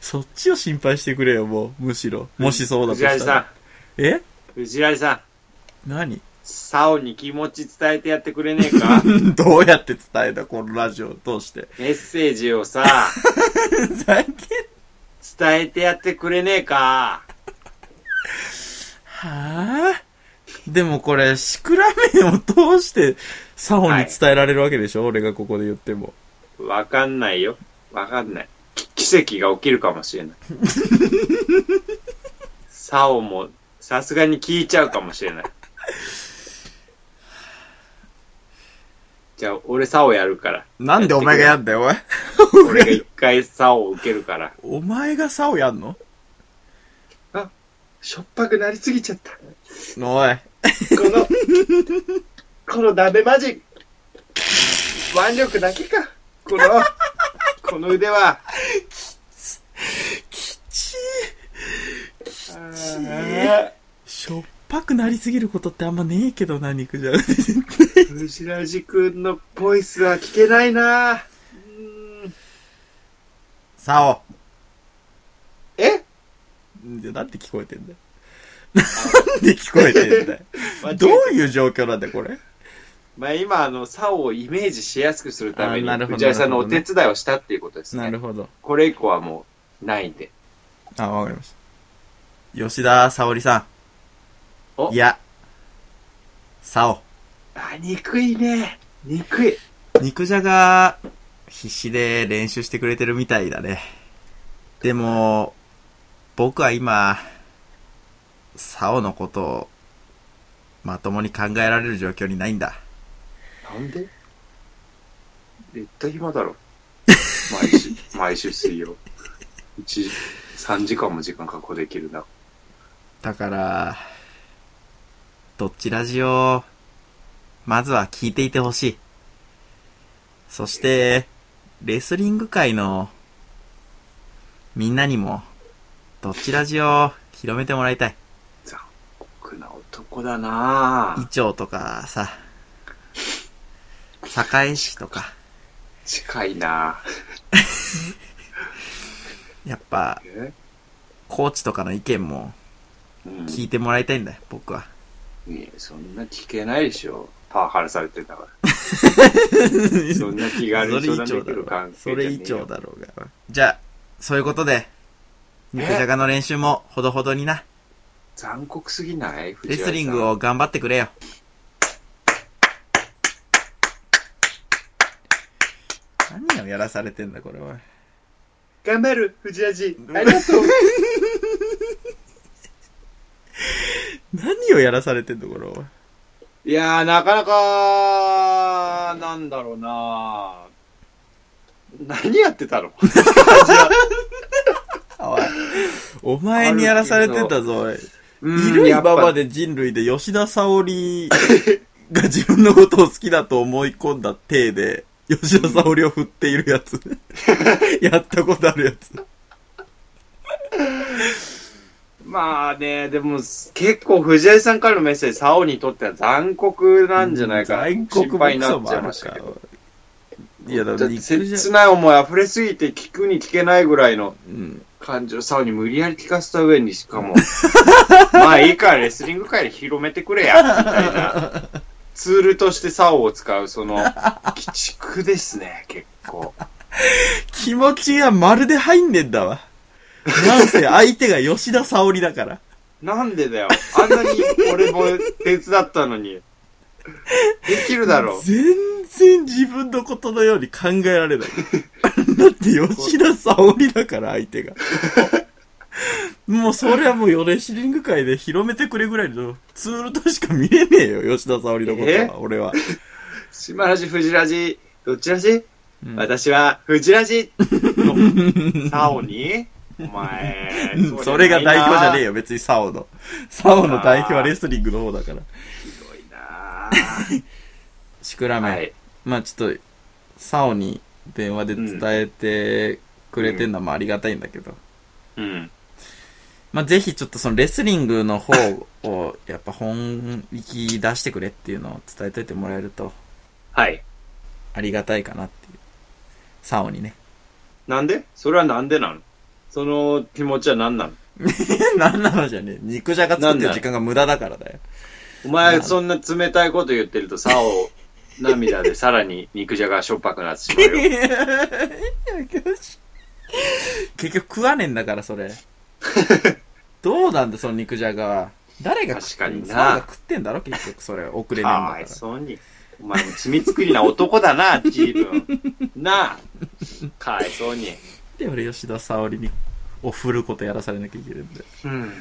そっちを心配してくれよ、もう。むしろ。もしそうだとし
藤原
た
さ
ら
ん。。
え
藤原さん。
何
サオに気持ち伝えてやってくれねえ か
どうやって伝えた、このラジオを通して。
メッセージをさ、
ふざけん
伝えてやってくれねえか
はぁでもこれ、シクラメンを通して、サオに伝えられるわけでしょ、俺がここで言っても。
わかんないよ。わかんない。き奇跡が起きるかもしれ ない。サオも、さすがに聞いちゃうかもしれない。じゃあ、俺サオやるから。
なんでお前がやんだよ、お前。
俺が一回サオを受けるから。
お前がサオやんの
しょっぱくなりすぎちゃった。こ
おい。
の、このダメマジ腕力だけか。この、この腕は。
きちしょっぱくなりすぎることってあんまねえけどな、肉じゃが。
藤ラジ君のボイスは聞けないなぁうーん
サオ
え
じゃ、なんて聞こえてんだよ。なんで聞こえてんだよ。 どういう状況なんだよ、これ。
まあ今、あの、サオをイメージしやすくするために、
あなるほど
藤原さんのお手伝いをしたっていうことですね。
なるほど。
これ以降はもう、ないんで。
あ、わかりました。吉田沙織さ
お
ん。いや。サオ。
あ、憎いね。憎い。
肉じゃが、必死で練習してくれてるみたいだね。でも、僕は今、サオのことを、まともに考えられる状況にないんだ。
なんで絶対暇 だろ。毎週、毎週水曜。うち、3時間も時間確保できるな。
だから、どっちラジオ、まずは聞いていてほしい。そして、レスリング界の、みんなにも、どっちラジオ、広めてもらいたい。
残酷な男だなぁ
伊。調とかさ、堺市とか、
近いなぁ。
やっぱ、
え
高知とかの意見も
うん
聞いてもらいたいんだよ、僕は。
いや、そんな聞けないでしょ。パワハラされてんだから。 そんな気軽に相談できる関
そ
係じ
れ
ゃね
以
えよ
上だろうが。じゃあ、そういうことで、肉じゃがの練習もほどほどにな。
残酷すぎない
レスリング
を。
を頑張ってくれよ。何をやらされてんだ、これは。
頑張る、藤原氏。ありがとう。
何をやらされてんだ、これは。
いやー、なかなか、なんだろうな何やってたの
おいお前にやらされてんだぞ、おい。いる
やっぱ
今まで人類で吉田沙織が自分のことを好きだと思い込んだ体で、吉田沙織を振っているや つ。やったことあるやつ。
まあね、でも結構藤井さんからのメッセージ、サオにとっては残酷なんじゃないかな。
残酷
心
も
配
ク
にな
ソ
っ
も
ちゃ
あ
いま
る
した
か
けど。。
いや、だか
だ
ら
って
肉じゃ
切ない思い溢れすぎて聞くに聞けないぐらいの
うん。
感情、サオに無理やり聞かせた上にしか も、まあいいからレスリング界で広めてくれや、みたいな。ツールとしてサオを使う、その、鬼畜ですね、結構。
気持ちがまるで入んねんだわ。なんせ相手が吉田沙織だから。
なんでだよ。あんなに俺も手伝ったのに。できるだろう。
全然自分のことのように考えられない。 だって吉田沙織だから 相手が。もうそれはもうヨレシリング界で広めてくれぐらいのツールとしか見れねえよ、吉田沙織のこと
え
は、俺は。
島ラジ、藤ラジ、どっちラジ、
うん
私は、藤ラジの、サオにお前
うん、それが代表じゃねえ
よ。
よ、別にサオの。サオの代表はレスリングの方だから。
ひどいな
シクラ
あ
メン。
はい。
まあちょっと、サオに電話で伝えてくれてるのはまあありがたいんだけど。
うん。
まあぜひちょっとそのレスリングの方を、やっぱ本域出してくれっていうのを伝えといてもらえると
はい。
ありがたいかなっていう。サオにね。
なんでそれはなんでなのその気持ちは何なの
なんなのじゃねえ肉じゃが作ってる時間が無駄だからだよ。
お
な
前、
ん
そんな冷たいこと言ってると、サオ、涙で さらに肉じゃがしょっぱくなってしまうよ。
結局食わねえんだから、それ。どうなんだ、その肉じゃがは。誰が食ってんの
確かにな
サオが食ってんだろ、結局それ。遅れねえん
か
だか
わ
ら
い。そうに。お前も罪作りな男だ な、自分。なあ。かわいそうに。
で俺吉田沙織にを振ることやらされなきゃいけないんだよ。
うん。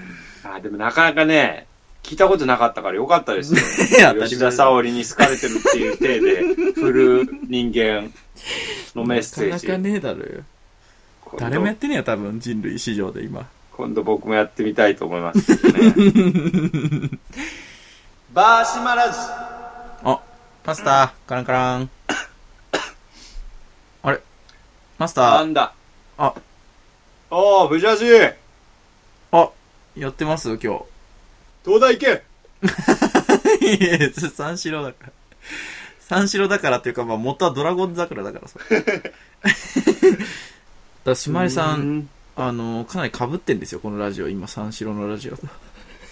あ、でもなかなかね、聞いたことなかったからよかったですよ。
や当たり前
吉田沙織に好かれてるっていう体で、振る人間のメッセー
な
ジ。
かなかねえだろよ。
今度
誰もやってねえよ、多分人類史上で今。
今度僕もやってみたいと思いますけどね。バーシマラジ
あ、マスター、カランカラ ン。あれマス
な
ター、
んだ
あ、
おー、藤橋
あ、やってます今日。
東大行け
いやいや三四郎だから。三四郎だからっていうか、まあ元はドラゴン桜だ からさ。だから、しまりさ、
うんん。
あの、かなり被ってんですよ、このラジオ。今、三四郎のラジオ。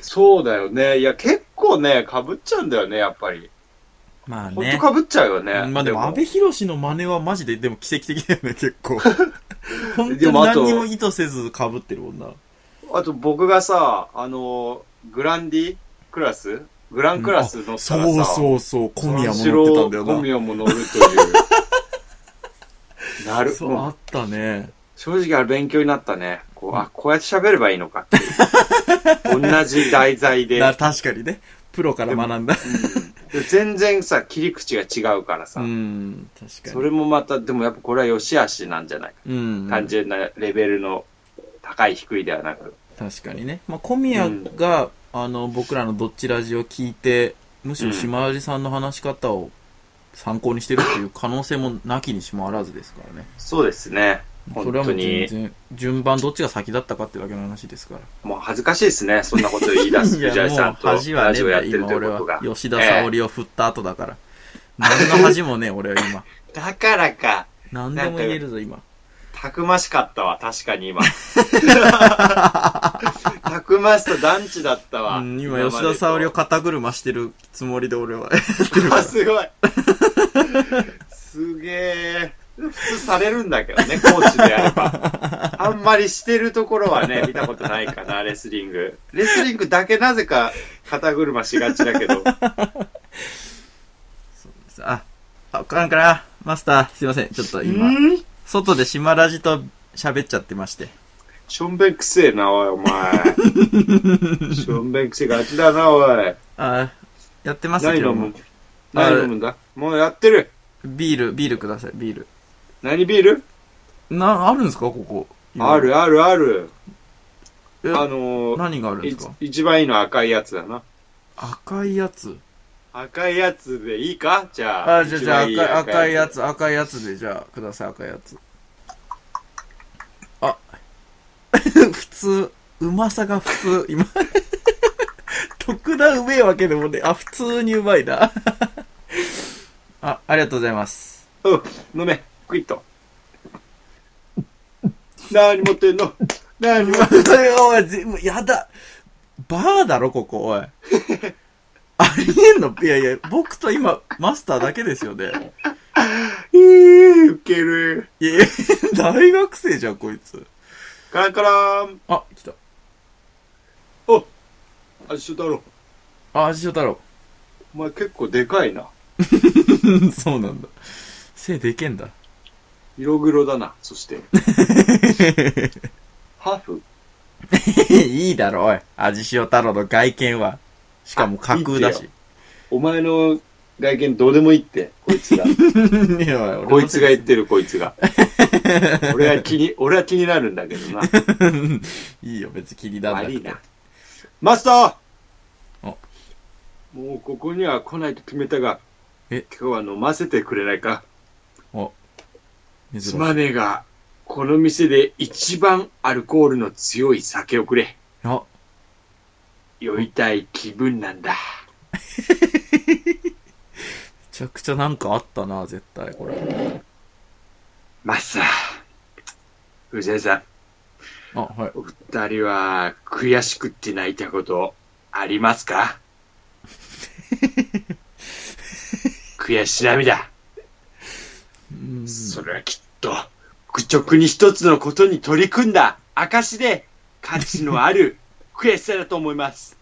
そうだよね。いや、結構ね、被っちゃうんだよね、やっぱり。
まあ
ほ
ね。
んと被っちゃうよね。
まあでも、安倍博士の真似はマジで、でも奇跡的だよね、結構。本当
で
に
もあと
何にも意図せず被ってるもんな。
あと僕がさ、あのー、グランディクラスグランクラス乗ったらさ、
そうそうそう、小宮も乗ってた
三四
んだよ
郎小
な。
宮も乗ると いう。なる
そ
ほ
う、あ
ど。
ったね。
正直あれ勉強になったね。こう、あ、こうやって喋ればいいのかって いう。同じ題材で。
な確かにね。プロから学んだ。
で全然さ、切り口が違うから
う
さ。
ん、確かに。
それもまた、でもやっぱこれは良し悪しなんじゃないか。
うん。
単純なレベルの高い低いではなく。
確かにね、まあ、小宮が、あの僕らのどっちラジを聞いてむしろ島地さんの話し方を参考にしてるっていう可能性もなきにしもあらずですからね
そうですね。
そ
本
れはも
当
う全
に。
然順番どっちが先だったかってだけの話ですから
もう恥ずかしいですね。そんなこと言い出す藤井さんとラジオやってると
今俺
いうこと
は
が。
吉田沙織を振った後だから、何の恥もねえ俺は 今
だからか、
何でも言えるぞ今
たくましかったわ、確かに 今。たくましさ団地だったわ。
うん今吉田沙織を
か
肩車してるつもりで俺は
っすごい。すげえ。普通されるんだけどね、コーチであれば。あんまりしてるところはね、見たことないかな、レスリング。レスリングだけなぜか肩車しがちだけど。
あ、あ、わからんかなマスター、すいません。ちょっと今、
ん
外で島ラジと喋っちゃってまして。
しょんべんくせえな、おい、 お前。しょんべんくせえがちだな、おい。
あ、やってます
何
けど
飲
も
む。何飲むんだもうやってる。
ビール、ビールください、ビール。
何ビール
な、あるんですかここ。
あ。るあるある。
え
あのー
何があるんですか
い一番いいのは赤いやつだな。
赤いやつ。
赤いやつでいいかじゃあ。
あ、じゃあ、じゃあ赤い
一番
赤いや。つ、赤いやつで、じゃあ、ください、赤いやつ。あ、 普通、うまさが普通、今。 特段うめえわけでもね、あ、普通にうまいな。 あ、ありがとうございます。
うん、飲め、クイッと。何持ってんの何持ってんの
おい、全部、やだ。バーだろ、ここ、おい。 ありえんのいやいや、僕と今、マスターだけですよね。
えー、ウケる。
いやいや、大学生じゃん、こいつ。
カランカラン。
あ、来た。
あ、一緒だろ。
あ、味塩太郎。
お前結構でかいな。
うん そうなんだ。背でけんだ。
色黒だな、そして。ハーフ
いいだろ、おい。味塩太郎の外見は。しかも架空だし。
お前の外見どうでもいいって、こいつが。
いやおい俺の
こいつが言ってる、こいつ が。俺は気に、俺は気になるんだけ どな。
いいよ、別に気にならな
悪
く
い
て
な。。マスター
お
もうここには来ないと決めたが、
え
今日は飲ませてくれないか
珍し
す
い。
まねえが、この店で一番アルコールの強い酒をくれ。
あ、
酔いたい気分なんだ。
めちゃくちゃなんかあったな、絶対、こ れ。
マスター、藤井さん、
あ、はい。
お二人は悔しくって泣いたことあります か悔し涙。
うん。
それはきっと、愚直に一つのことに取り組んだ証で、価値のあ る悔しさだと思います。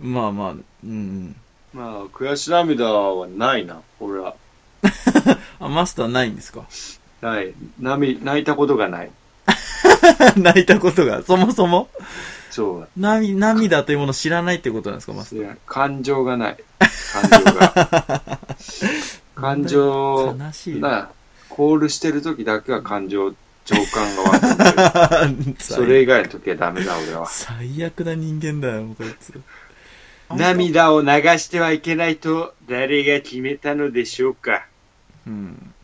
まあまあ、うん。
まあ、悔し涙はないな、俺は。
あ、マスターないんですか
ない。涙、泣いたことがない。
泣いたことが、そもそも
そう。
なみ涙というものを知らないってことなんですか、マス
いや感情がない。感情が。 感
タ
情、
ー。悲しい。
なあ、コールしてる時だけは感情、情感が湧くんだ けどそれ以外の時はダメだ、俺は。
最悪な人間だよ、こいつ。
涙を流してはいけないと、誰が決めたのでしょうか。
うん。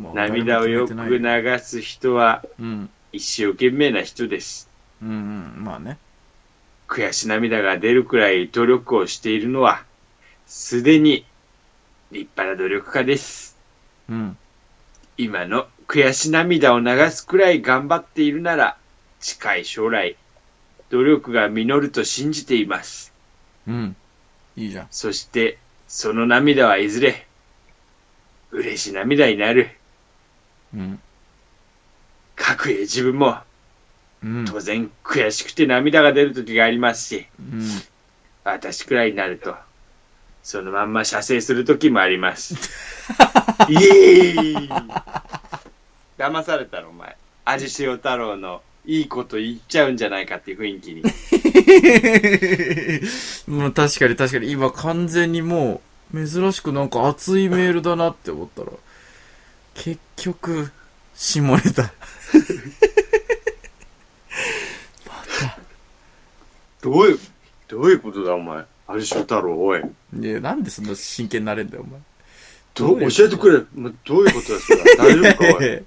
まあ
涙をよく
誰も決めてない
流す人は
うん。
一生懸命な人です。
うんうん。まあね。
悔し涙が出るくらい努力をしているのは、すでに立派な努力家です。
うん。
今の悔し涙を流すくらい頑張っているなら、近い将来、努力が実ると信じています。
うん。いいじゃん。
そして、その涙はいずれ、嬉し涙になる。
うん。
かくいう自分も、
うん。
当然悔しくて涙が出る時がありますし、
うん。
私くらいになると、そのまんま射精する時もあり ます。イエーイ騙されたろ、お前。味塩太郎のいいこと言っちゃうんじゃないかっていう雰囲気に。
もう確かに確かに、今完全にもう、珍しくなんか熱いメールだなって思ったら、結局、下ネタ。また。
どういう、どういうことだ、お前。味塩太郎、おい。
いや、なんでそんな真剣になれんだよ、お前。
ど
どういうこと
う教えてくれ。まどういうことだ、それ は。大丈夫か、おい。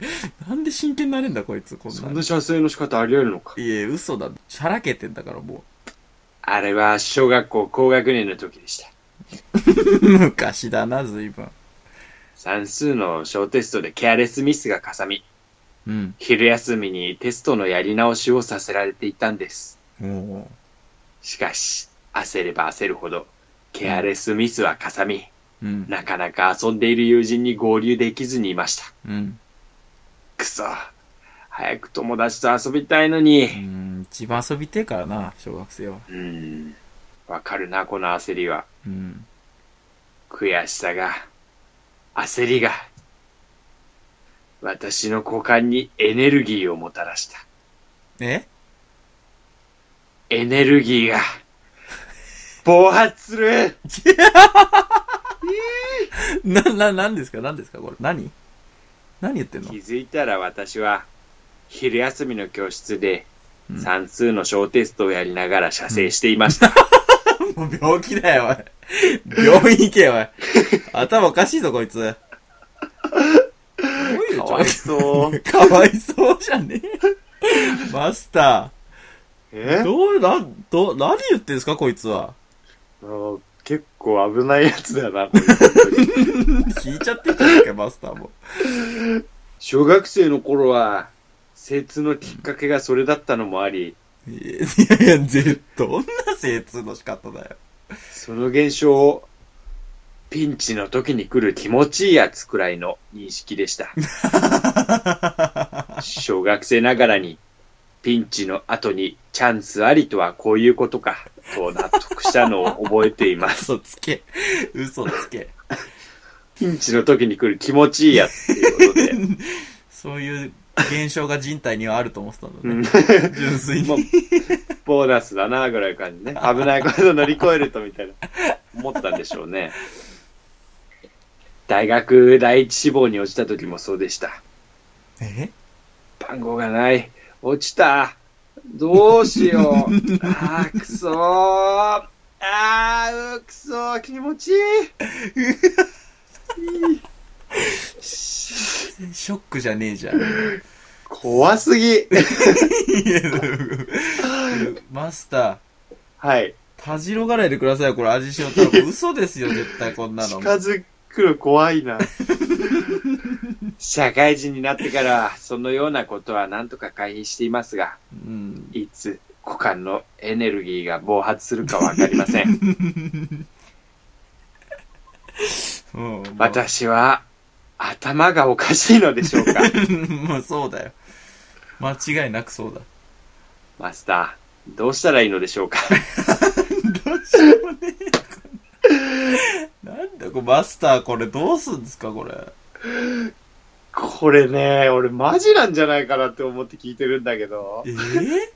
なんで真剣になれんだ、こいつ、こん
そ
なん
な射精の仕方あり得るのか。
いや、嘘だ。はらけてんだから、も
あれは小学校高学年の時でした。
う。 昔だな、随分。
算数の小テストでケアレスミスがかさみ、
うん。
昼休みにテストのやり直しをさせられていたんです。
おう
しかし、焦れば焦るほど、ケアレスミスはかさみ、
ううん。
なかなか遊んでいる友人に合流できずにいました。
うん。
くそ。早く友達と遊びたいのに
う。ん。一番遊びてえからな、小学生は。
うん。わかるな、この焦りは。
うん。
悔しさが、焦りが、私の股間にエネルギーをもたらした。
え
エネルギーが、暴発する
な、な、なんですか何ですかこれ。何何言ってんの
気づいたら私は、昼休みの教室で、
うん
算数の小テストをやりながら射精していました。
もう病気だよ、おい。病院行けよ、お い。頭おかしいぞ、こいつ。どういう。
かわいそう
かわいそうじゃねえ。マスタ
え
ー。どう、な、ど、何言ってんすか、こいつは。
もう結構危ないやつだな、これ本当に
聞いちゃってんじゃねえか、マスターも。
小学生の頃は、精通のきっかけがそれだったのもあり、
いやいや、ぜ、どんな精通の仕方だよ。
その現象を、ピンチの時に来る気持ちいいやつくらいの認識でした。小学生ながらに、ピンチの後にチャンスありとはこういうことか、と納得したのを覚えてい ます。
嘘つけ。嘘つけ。
ピンチの時に来る気持ちいいやつっていうことで。
そういう現象が人体にはあると思ってたんだ
う
ね
ん。
純粋
もう
に。、
ボーナスだな、ぐらいの感じね。危ないこと乗り越えると、みたいな。思ったんでしょうね。大学第一志望に落ちた時もそうでした。
え
番号がない。落ちた。どうしよう。 あー、くそー。あー、うーくそー。気持ちいい。
ショックじゃねえじゃん。
怖すぎ。
いやマスタ
はい。
ー、たじろがないでくださいよ、これ味塩太郎。嘘ですよ、絶対こんなの。
近づくの怖いな。 社会人になってからは、そのようなことは何とか回避していますが、
うん。
いつ股間のエネルギーが暴発するかわかりませ ん。
うん。もう
私は、頭がおかしいのでしょうか
もうそうだよ。間違いなくそうだ。
マスター、どうしたらいいのでしょうか
どうしようもねえ。なんだこれ、マスター、これどうすんですか、これ。
これね、俺マジなんじゃないかなって思って聞いてるんだけど
え、ー、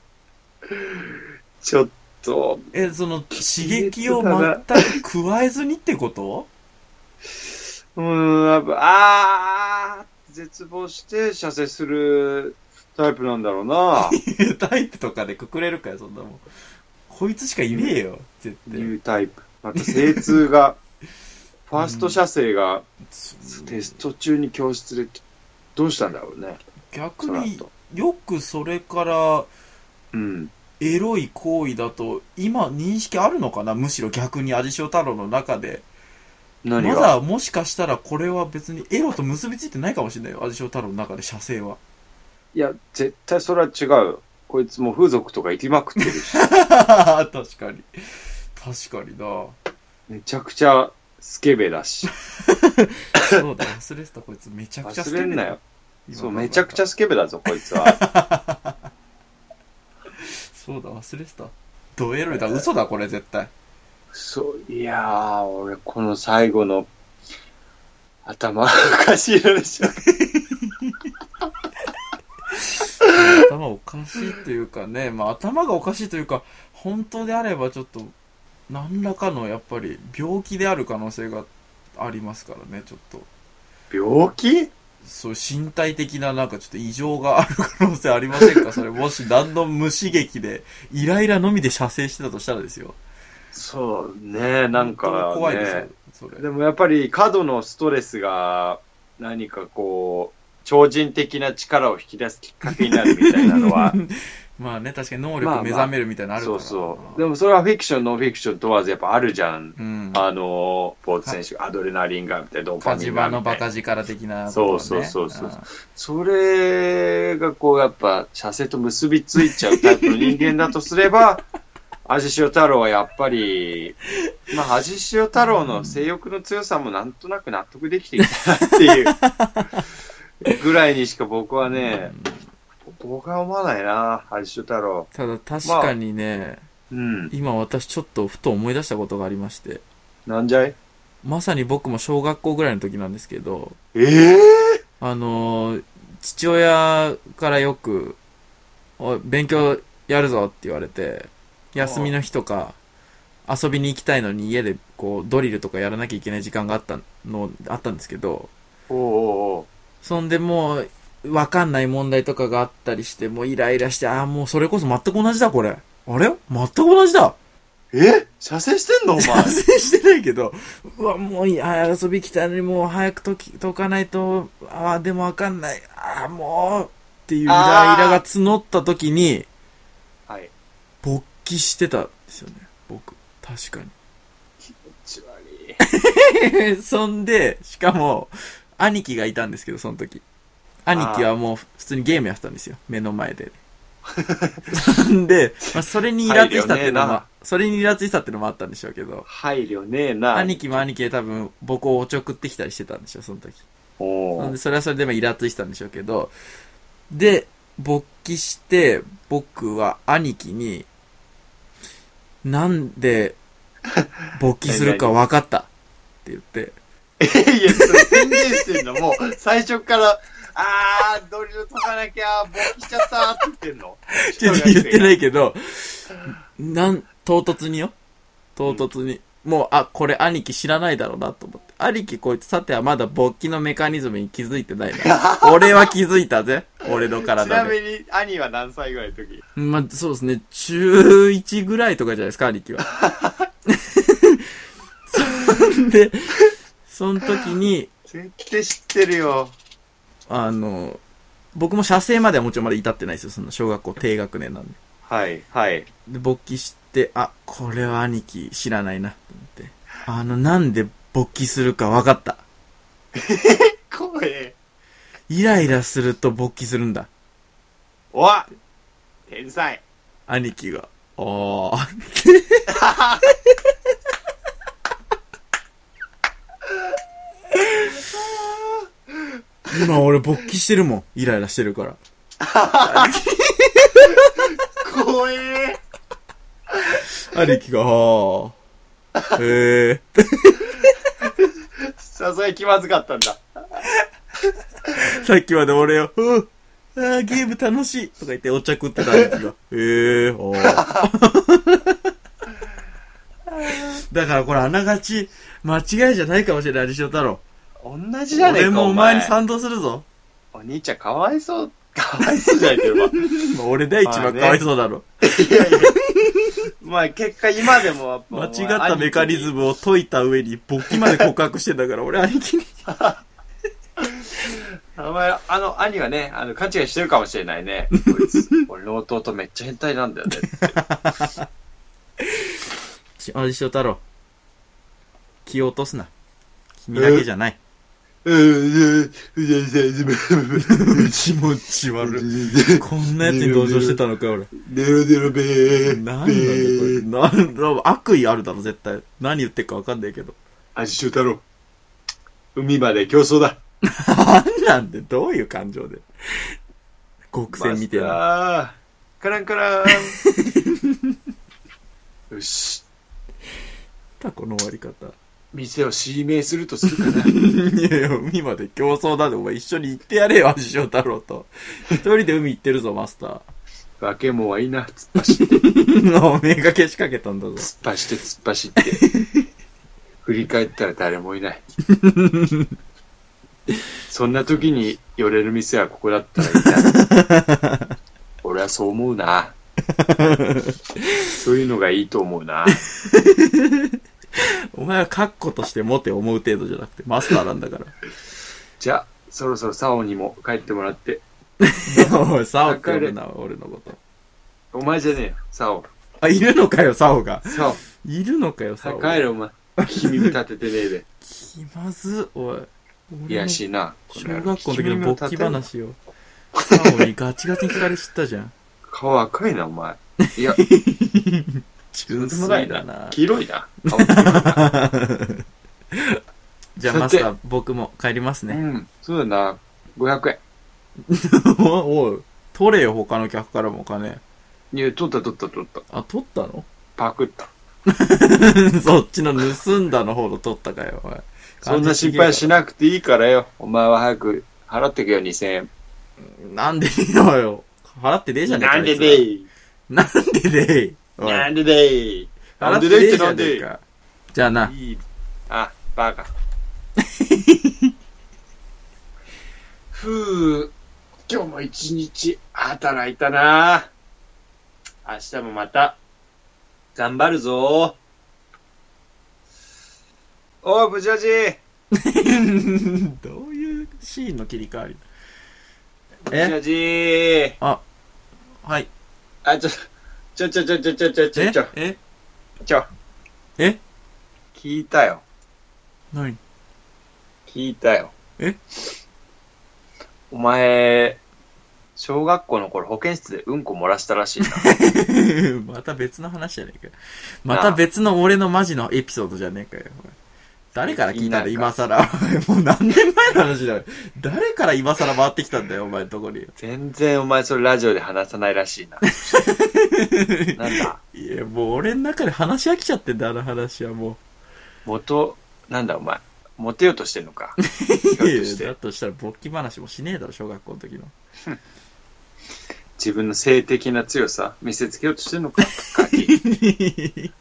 ちょっと、
え、その、刺激を全く加えずにってこと
うーん、やっぱあー、絶望して射精するタイプなんだろう な。
いやタイプとかでくくれるかよ、そんなもん。こいつしかいねえよ、絶
ニ
対。
ュータイプ。また精通 が、ファースト射精がテスト中に教室で、どうしたんだろうね。
逆
そら
に
と。
よくそれから
うん。
エロい行為だと今認識あるのかなむしろ逆に味塩太郎の中でま
何が、
だもしかしたらこれは別にエロと結びついてないかもしれないよ味塩太郎の中で射精はい
や、絶対それは違う。こいつもう風俗とか行きまくってる し、
確かに確かにな
めちゃくちゃスケベだし。
そ うだ忘れてたこいつめちゃくちゃ
忘れんなよ。
今
そう、
考えた
めちゃくちゃスケベだぞ、こいつは。
そうだ忘れてたドエロいだ嘘だこれ絶対
そう、いやー、俺、この最後の、頭おかしいのでしょ。
頭おかしいというかね、まあ、頭がおかしいというか本当であればちょっと何らかのやっぱり病気である可能性がありますからねちょっと
病気
そう身体的ななんかちょっと異常がある可能性ありませんかそれもし何の無刺激でイライラのみで射精してたとしたらですよ
そう、ねなんか、
本当
ね、
に怖いですよそれ
でもやっぱり過度のストレスが何かこう、超人的な力を引き出すきっかけになるみたいなの は、
まあね確かに能力目覚めるみたいなのある
そ
から、
うそう。でもそれはフィクション、ノンフィクション問わずやっぱあるじゃん。
うん
あの、スポーツ選手がアドレナリンがみたいな、ドーパ
火
ミ
事
ン
場
が
の
みた
バ
いな。
カ力的な
そうそうそうそうんそれがこうやっぱ、射精と結びつ いちゃうタイプの人間だとすれば、味塩太郎はやっぱり、まあ、味塩太郎の性欲の強さもなんとなく納得できてきたなっていう ぐらいにしか僕はね、僕は思わないな、味塩太郎。
ただ確かにね、
うん。
今私ちょっとふと思い出したことがありまして、
なんじゃい
まさに僕も小学校ぐらいの時なんですけど、
ええ
あのー父親からよく、おい勉強やるぞって言われて、休みの日とか、遊びに行きたいのに家でこう、ドリルとかやらなきゃいけない時間があったの、あったんですけど、
おうおうおう
そんでもう、わかんない問題とかがあったりして、もうイライラして、ああ、もうそれこそ全く同じだ、これ。あれ全く同じだ
え射精してんのお前。
反省してないけど、うわ、もういい、あー遊び来たのに、もう早く解き解かないと、ああ、でもわかんない、ああ、もう、っていうイライラが募った時に、
はい。
勃起してたんですよね、僕。確か
ちわり。
に。 そんで、しかも、兄貴がいたんですけど、その時。兄貴はもう普通にゲームやってたんですよ、目の 前で。そんで、まあ、それにイラついたっていう
配慮ね
の
え
も
な、
それにイラついたっていうのもあったんでしょうけど、
配慮ねえな。
兄貴も兄貴で多分、僕をおちょくってきたりしてたんでしょ、その時。
お
なんで、
う
それはそれでまあイラついてたんでしょうけど、で、勃起して、僕は兄貴に、なんで、勃起するか分かった。って言って、
えいや、それ宣言してんのもう、最初 から、あー、ドリル解かなきゃ、勃起しちゃったって言ってんの。
ちょっと言ってないいけど、なん、唐突によ唐突に。もう、あ、これ兄貴知らないだろうなと思って。兄貴こいつさてはまだ勃起のメカニズムに気づいてないな。俺は気づいたぜ。俺の体
ち
で。
なみに、兄は何歳ぐらいの時
まあ、そうですね。中1ぐらいとかじゃないですか、兄貴は。 そんで、その時に、
絶対知ってるよ。
あの、僕も射精まではもちろんまだ至ってないですよ。その小学校低学年なんで。
はい、はい。
で、勃起して、あ、これは兄貴知らないな、と思って。あの、なんで勃起するか分かった。
怖え。
イライラすると勃起するんだ。
おわ天才。
兄貴が。ああ。今俺勃起してるもん。イライラしてるから。
怖え。
兄貴が、はあ。へえ。
さすがに気まずかったんだ。
さっきまで俺を、うんああ、ゲーム楽しいとか言ってお茶食ってた兄貴が。へえ、はあ。だからこれあながち、間違いじゃないかもしれない、西尾太郎。
同じじゃねえか。
俺もお前に賛同するぞ。
お兄ちゃんかわいそう。かわいそうじゃないけど。まあ
まあ俺で一番かわいそうだろ。
いやいや。まあ結果今でも
間違ったメカニズ。ムを解いた上に、勃起まで告白してんだから、俺兄貴に。
お前、あの、兄はね、あの、勘違いしてるかもしれない ね。こいつ俺の弟めっちゃ変態なん だよね。
あ、西尾太郎。気を落とすな。君だけじゃない。 気持ち悪い。こんなやつに同情してたのか、俺。
デロデロベー。
なんだよ、これ。なんだ、悪意あるだろ、絶対。何言ってるかわかんないけど。
味しゅう太郎。海まで競争だ。
なんなんで、どういう感情で。極戦みてえな。
な。カランカラン。 よし。
たこの終わり方。
店を指名するとするかな。
いやいや、海まで競争だで、お前一緒に行ってやれよ、味塩太郎と。一人で海行ってるぞ、マスター。
バケモンはいいな。突っ走って、
おめがけしかけたんだぞ。
突っ走って、突っ走って。 振り返ったら誰もいない。そんな時に寄れる店はここだったらいいな。 俺はそう思うな。そういうのがいいと思うな。
お前はカッコとして持て思う程度じゃなくて、マスターなんだから。
じゃあ、そろそろサオにも帰ってもらって。
おい、サオって呼ぶな、俺のこと。
お前じゃねえよ、サオ。
あ、いるのかよ、サオが。
サオ。
いるのかよ、サ
さ
オ。
帰れ、お前。君立ててねえ で。
気まず、おい。
いやしいな。
小学校の時の勃起。話を、サ オにガチガチに聞かれ知ったじゃん。
顔赤いな、お前。いや、
純
で
粋
もない
だな。
黄色いな。顔黄色いな
じゃあマスター、僕も帰ります
う
ね。
ん。そうだな。500円。
おい、取れよ、他の客からもお金。
いや、取った取った取った。
あ、取ったの
パクった。
そっちの盗んだの方の取ったかよ、おい。
そんな心配しなくていいからよ。お前は早く払ってけよ、2000円。
なんでよよ。払ってねえじゃねえか。
なんで
あ
で
い
い
つらなんででいおい
なんででいな
払
ん
っ
で
て
で
ね
いって
えじゃ
なん
ね
で
えか。じゃ あな。
いい。あ、バ カ。ふう、今日も一日働いたな。明日もまた、頑張るぞ。おう、ブジャジ
どういうシーンの切り替わり
ブジ
え
ャジ
はい。
あ、ちょ、ちょちょちょちょちょちょちょ
え
ちょ、
え
ちょ。
え
聞いたよ。
何
聞いたよ。
え
お前、小学校の頃保健室でうんこ漏らしたら しいな。
また別の話じゃねえかよ。また別の俺のマジのエピソードじゃねえかよ。おい誰から聞いたんだ、
いいな
今更。 おいもう何年前の話だよ。誰から今更回ってきたんだよ、お前のとこに。
全然お前それラジオで話さないらしい な。なんだ
いや、もう俺の中で話し飽きちゃってんだ、あの話はも
元、なんだお前。モテようとしてんのか。
う。
ひょっとし
いやだ
て
としたら勃起話もしねえだろ、小学校の時 の。
自分の性的な強さ見せつけようとしてんのか。ガキ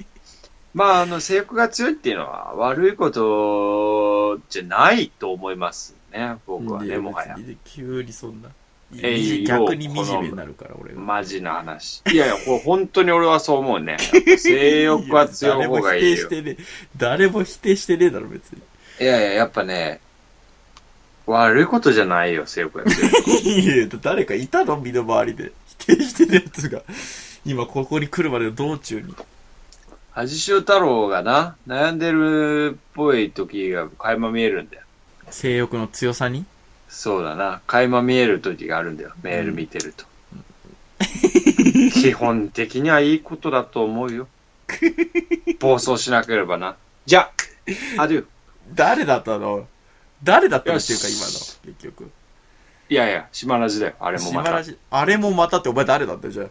まあ、あの、性欲が強いっていうのは悪いことじゃないと思いますね。僕はね、もはや。
別に急にそんな。
えい
逆に惨めになるから、俺が。
マジな話。いやいや、これ本当に俺はそう思うね。やっぱ性欲は強い方がいいよ。
や誰も否定してねえ。誰も否定してねえだろ、別に。
いやいや、やっぱね、悪いことじゃないよ、性欲が 強い。
いやいや誰かいたの身の回りで。否定してるやつが。今、ここに来るまでの道中に。
恥塩太郎がな、悩んでるっぽい時が垣間見えるんだよ。
性欲の強さに
そうだな。垣間見える時があるんだよ。メール見て ると。基本的にはいいことだと思う よ。暴走しなければな。じゃあ、アデュー。
誰だったの誰だったの
よ
っ
して
いうか、今の。結局。
いやいや、島ラジだよ。あれも
島
また
ら。し、あれもまたって、お前誰だったよじゃあ。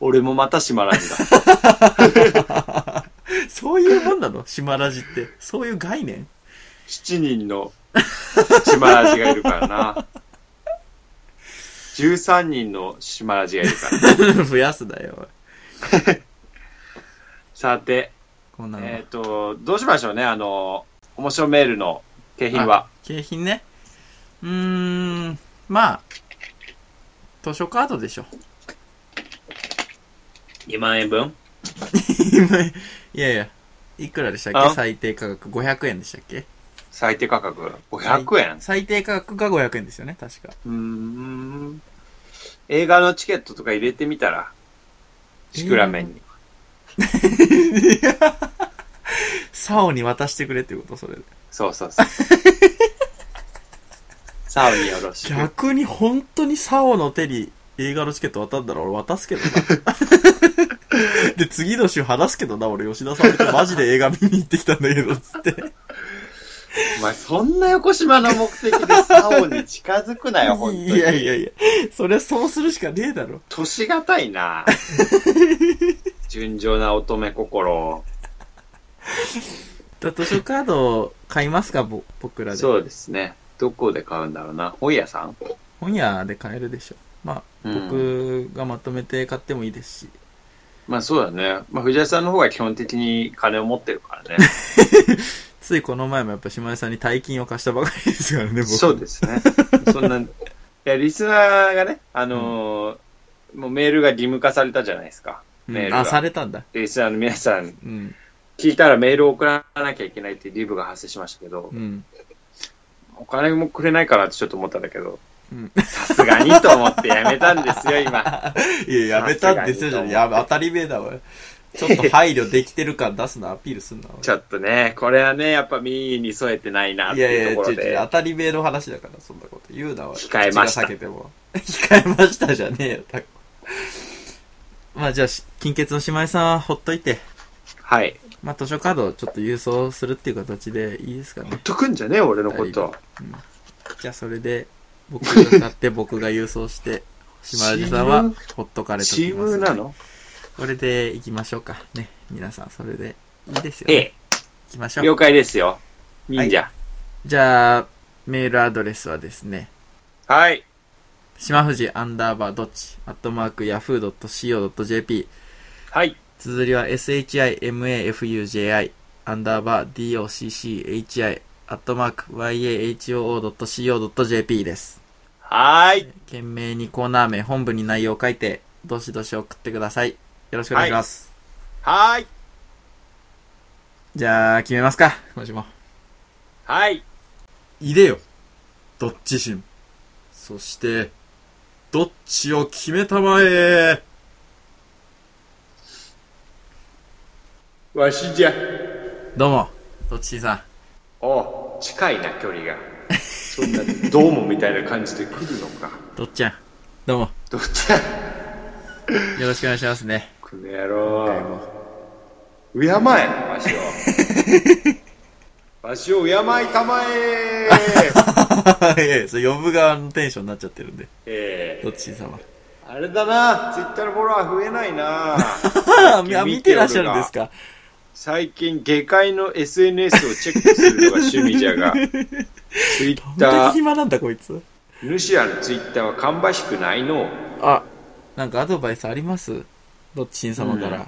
俺もまた島ラジだ。
そういうもんなの島ラジって。そういう概念
7人の 島ラジがいるからな。13人の島ラジがいるから。
増やすだよ。おい
さて、
こんなの。
えっ、と、どうしましょうね、あの、面白メールの景品は。
景品ね。うーん、まあ、図書カードでしょ。
2万円分
いやいや、いくらでしたっ
あ
け最低価格500円でしたっけ
最低価格500円。
最低価格が500円ですよね、確か。
うーん。映画のチケットとか入れてみたら、シクラメンに。
サオに渡してくれってこと、それで。
そうそう そう。サウによろしく。
逆に本当にサオの手に映画のチケット渡ったら俺渡すけど な。で、次の週話すけどな、俺吉田さんとマジで映画見に行ってきたんだけど、つって。
お前、そんな横島の目的でサオに近づく なよ、本当に。
いやいやいや、それはそうするしかねえだろ。
年がたい な純情な乙女心。
だ図書カードを買いますか、ぼ僕らで。
そうですね。どこで買うんだろうな。本屋さん
本屋で買えるでしょ。まあ、
うん
僕がまとめて買ってもいいですし。
まあそうだね。まあ藤井さんの方が基本的に金を持ってるからね。
ついこの前もやっぱ島根さんに大金を貸したばかりですからね、僕。
そうですね。そんな、いや、リスナーがね、あのーもうメールが義務化されたじゃないですか。
うん
メールが
あ、されたんだ。
リスナーの皆さん、
うん。
聞いたらメールを送らなきゃいけないっていうリブが発生しましたけど
う、ん。
お金もくれないかなってちょっと思ったんだけど、
うん
さすがにと思ってやめたんですよ、今。
いや、やめたんですよ、じゃんやめ当たり前だわ。ちょっと配慮できてる感出すな、アピールす んな。
ちょっとね、これはね、やっぱ民意に添えてないなっ
い
て
やいや
いう、
ち
とこ
ょ
ろ
いちょい
で。
当たり前の話だから、そんなこと言うな、おい
控えました
口が裂けても。控えましたじゃねえよ、タコまあじゃあ、し金欠の姉妹さんはほっといて、
はい。
まあ図書カードをちょっと郵送するっていう形でいいですか
ほっ
ね。
とくんじゃねえ、俺のこと。
じゃあそれで、僕が買って僕が郵送して、島
チ
地さん
ー
は
ム
ほっとかれと
チ
き
ー
ま
ム
す。
なの
これで行きましょうか。ね。皆さんそれでいいですよ、ね。
え
行きまし
え、
ょ
了
う。
解ですよ。忍者。
じゃあ、メールアドレスはですね、
はい。
しまふじアンダーバーどっち、アットマーク、ヤフー .co.jp、
はい。
綴りは shimafuji、アンダーバー docchi、アットマーク、yahoo.co.jp です。
はい。
懸命にコーナー名、本部に内容を書いて、どしどし送ってください。よろしくお願いします。
はい。
じゃあ、決めますか。今週も。
はい。
いでよ。どっちしん。そして、どっちを決めたまえ。
わしじゃ。
どうも、どっちしんさん。
おう近いな、距離が。そんな、どうもみたいな感じで来るの か。
どっちゃん。どうも、
どっちや。
よろしくお願いしますね。
この野郎。敬え、わしを。わしを敬いたま え。
いやいや、それ呼ぶ側のテンションになっちゃってるんで。
ええ
どっちさんは。
あれだな、ツイッターのフォロワー増えないな
あ、。 見てらっしゃるんです
か
か
最近、下界の SNS をチェックするのが趣味じゃ が、ツイッ
どんだ
タ
け
ー、
暇なんだ、こいつ。
主やのツイッターは芳しくないのう。
あ、なんかアドバイスありますどっちん様から。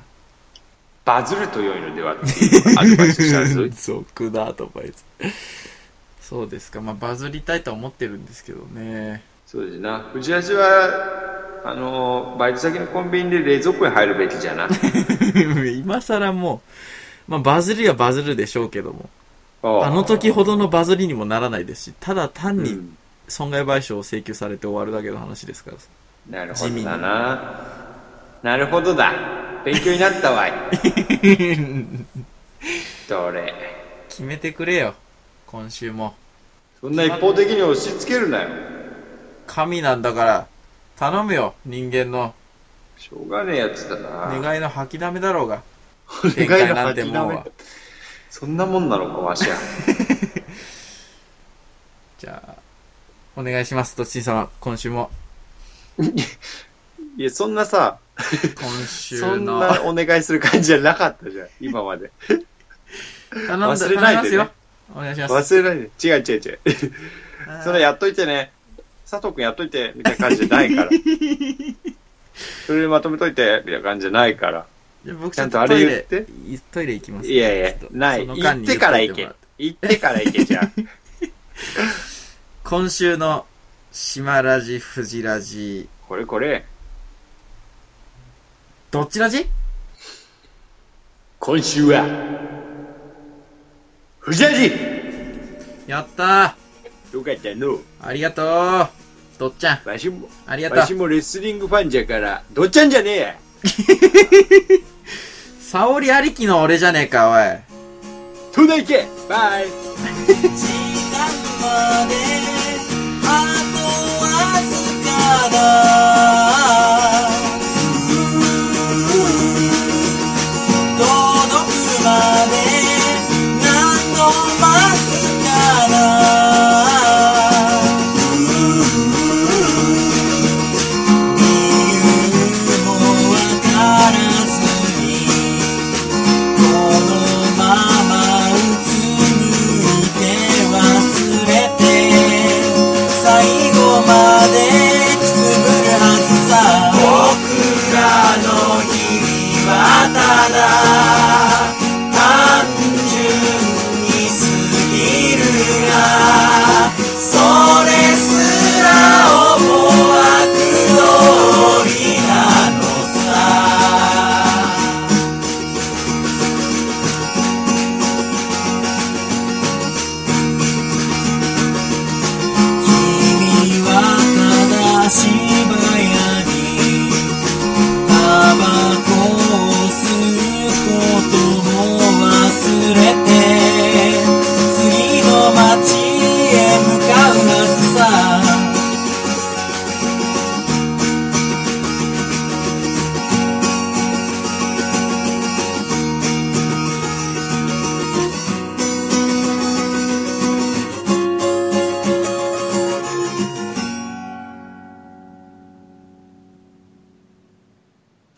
バズると良いのではっていうアドバイスした ぞ
俗なアドバイス。そうですか。まあ、バズりたいとは思ってるんですけどね。
そうですな。藤橋は、あの、バイト先のコンビニで冷蔵庫に入るべきじゃ な。
今更もう、まあ、バズりはバズるでしょうけども。
おう
あの時ほどのバズりにもならないですし、ただ単
う
に
ん
損害賠償を請求されて終わるだけの話ですから。
なるほ
地
ど
味
だ
な
な。なるほどだ。勉強になった わい。どれ。
決めてくれよ。今週も。
そんな一方的に押し付けるなよ。
神なんだから、頼むよ。人間の
しょうがねえやつだな。
願いの吐きだめだろうが。
願
展開なんてもうは。
そんなもんなのか、わしは。
じゃあ、お願いします。どっちん様。今週も。
いや、そんなさ、
今週
そん
の。
なお願いする感じじゃなかったじゃん、今まで。
頼んだ、
忘れないでね
頼みますよ。お願いします。
忘れないで。違う違う違う。それやっといてね、佐藤くんやっといて、みたいな感じじゃない から。それでまとめといて、みたいな感じじゃないから。
じゃあ僕
ち
ち
ゃ
ょ
ん
っ
と
と
あれ
トイ
言っ
レ
て、
いトイレ行きます。
いやいや
ちょっ、と
ない。
その
行
間
っ
に
てから行け
言っといてもらって。
行ってから行けじゃん。
今週の、島ラジ、富士ラジ、
これこれ、
どっちラジ
今週は、藤味
やった
よかったの。
ーありがとうどっちゃん、
わしも、
ありがと
わし
う
もレスリングファンじゃから、どっちゃんじゃねえや
沙織ありきの俺じゃねえか、おい
東大行けバイ
時間まで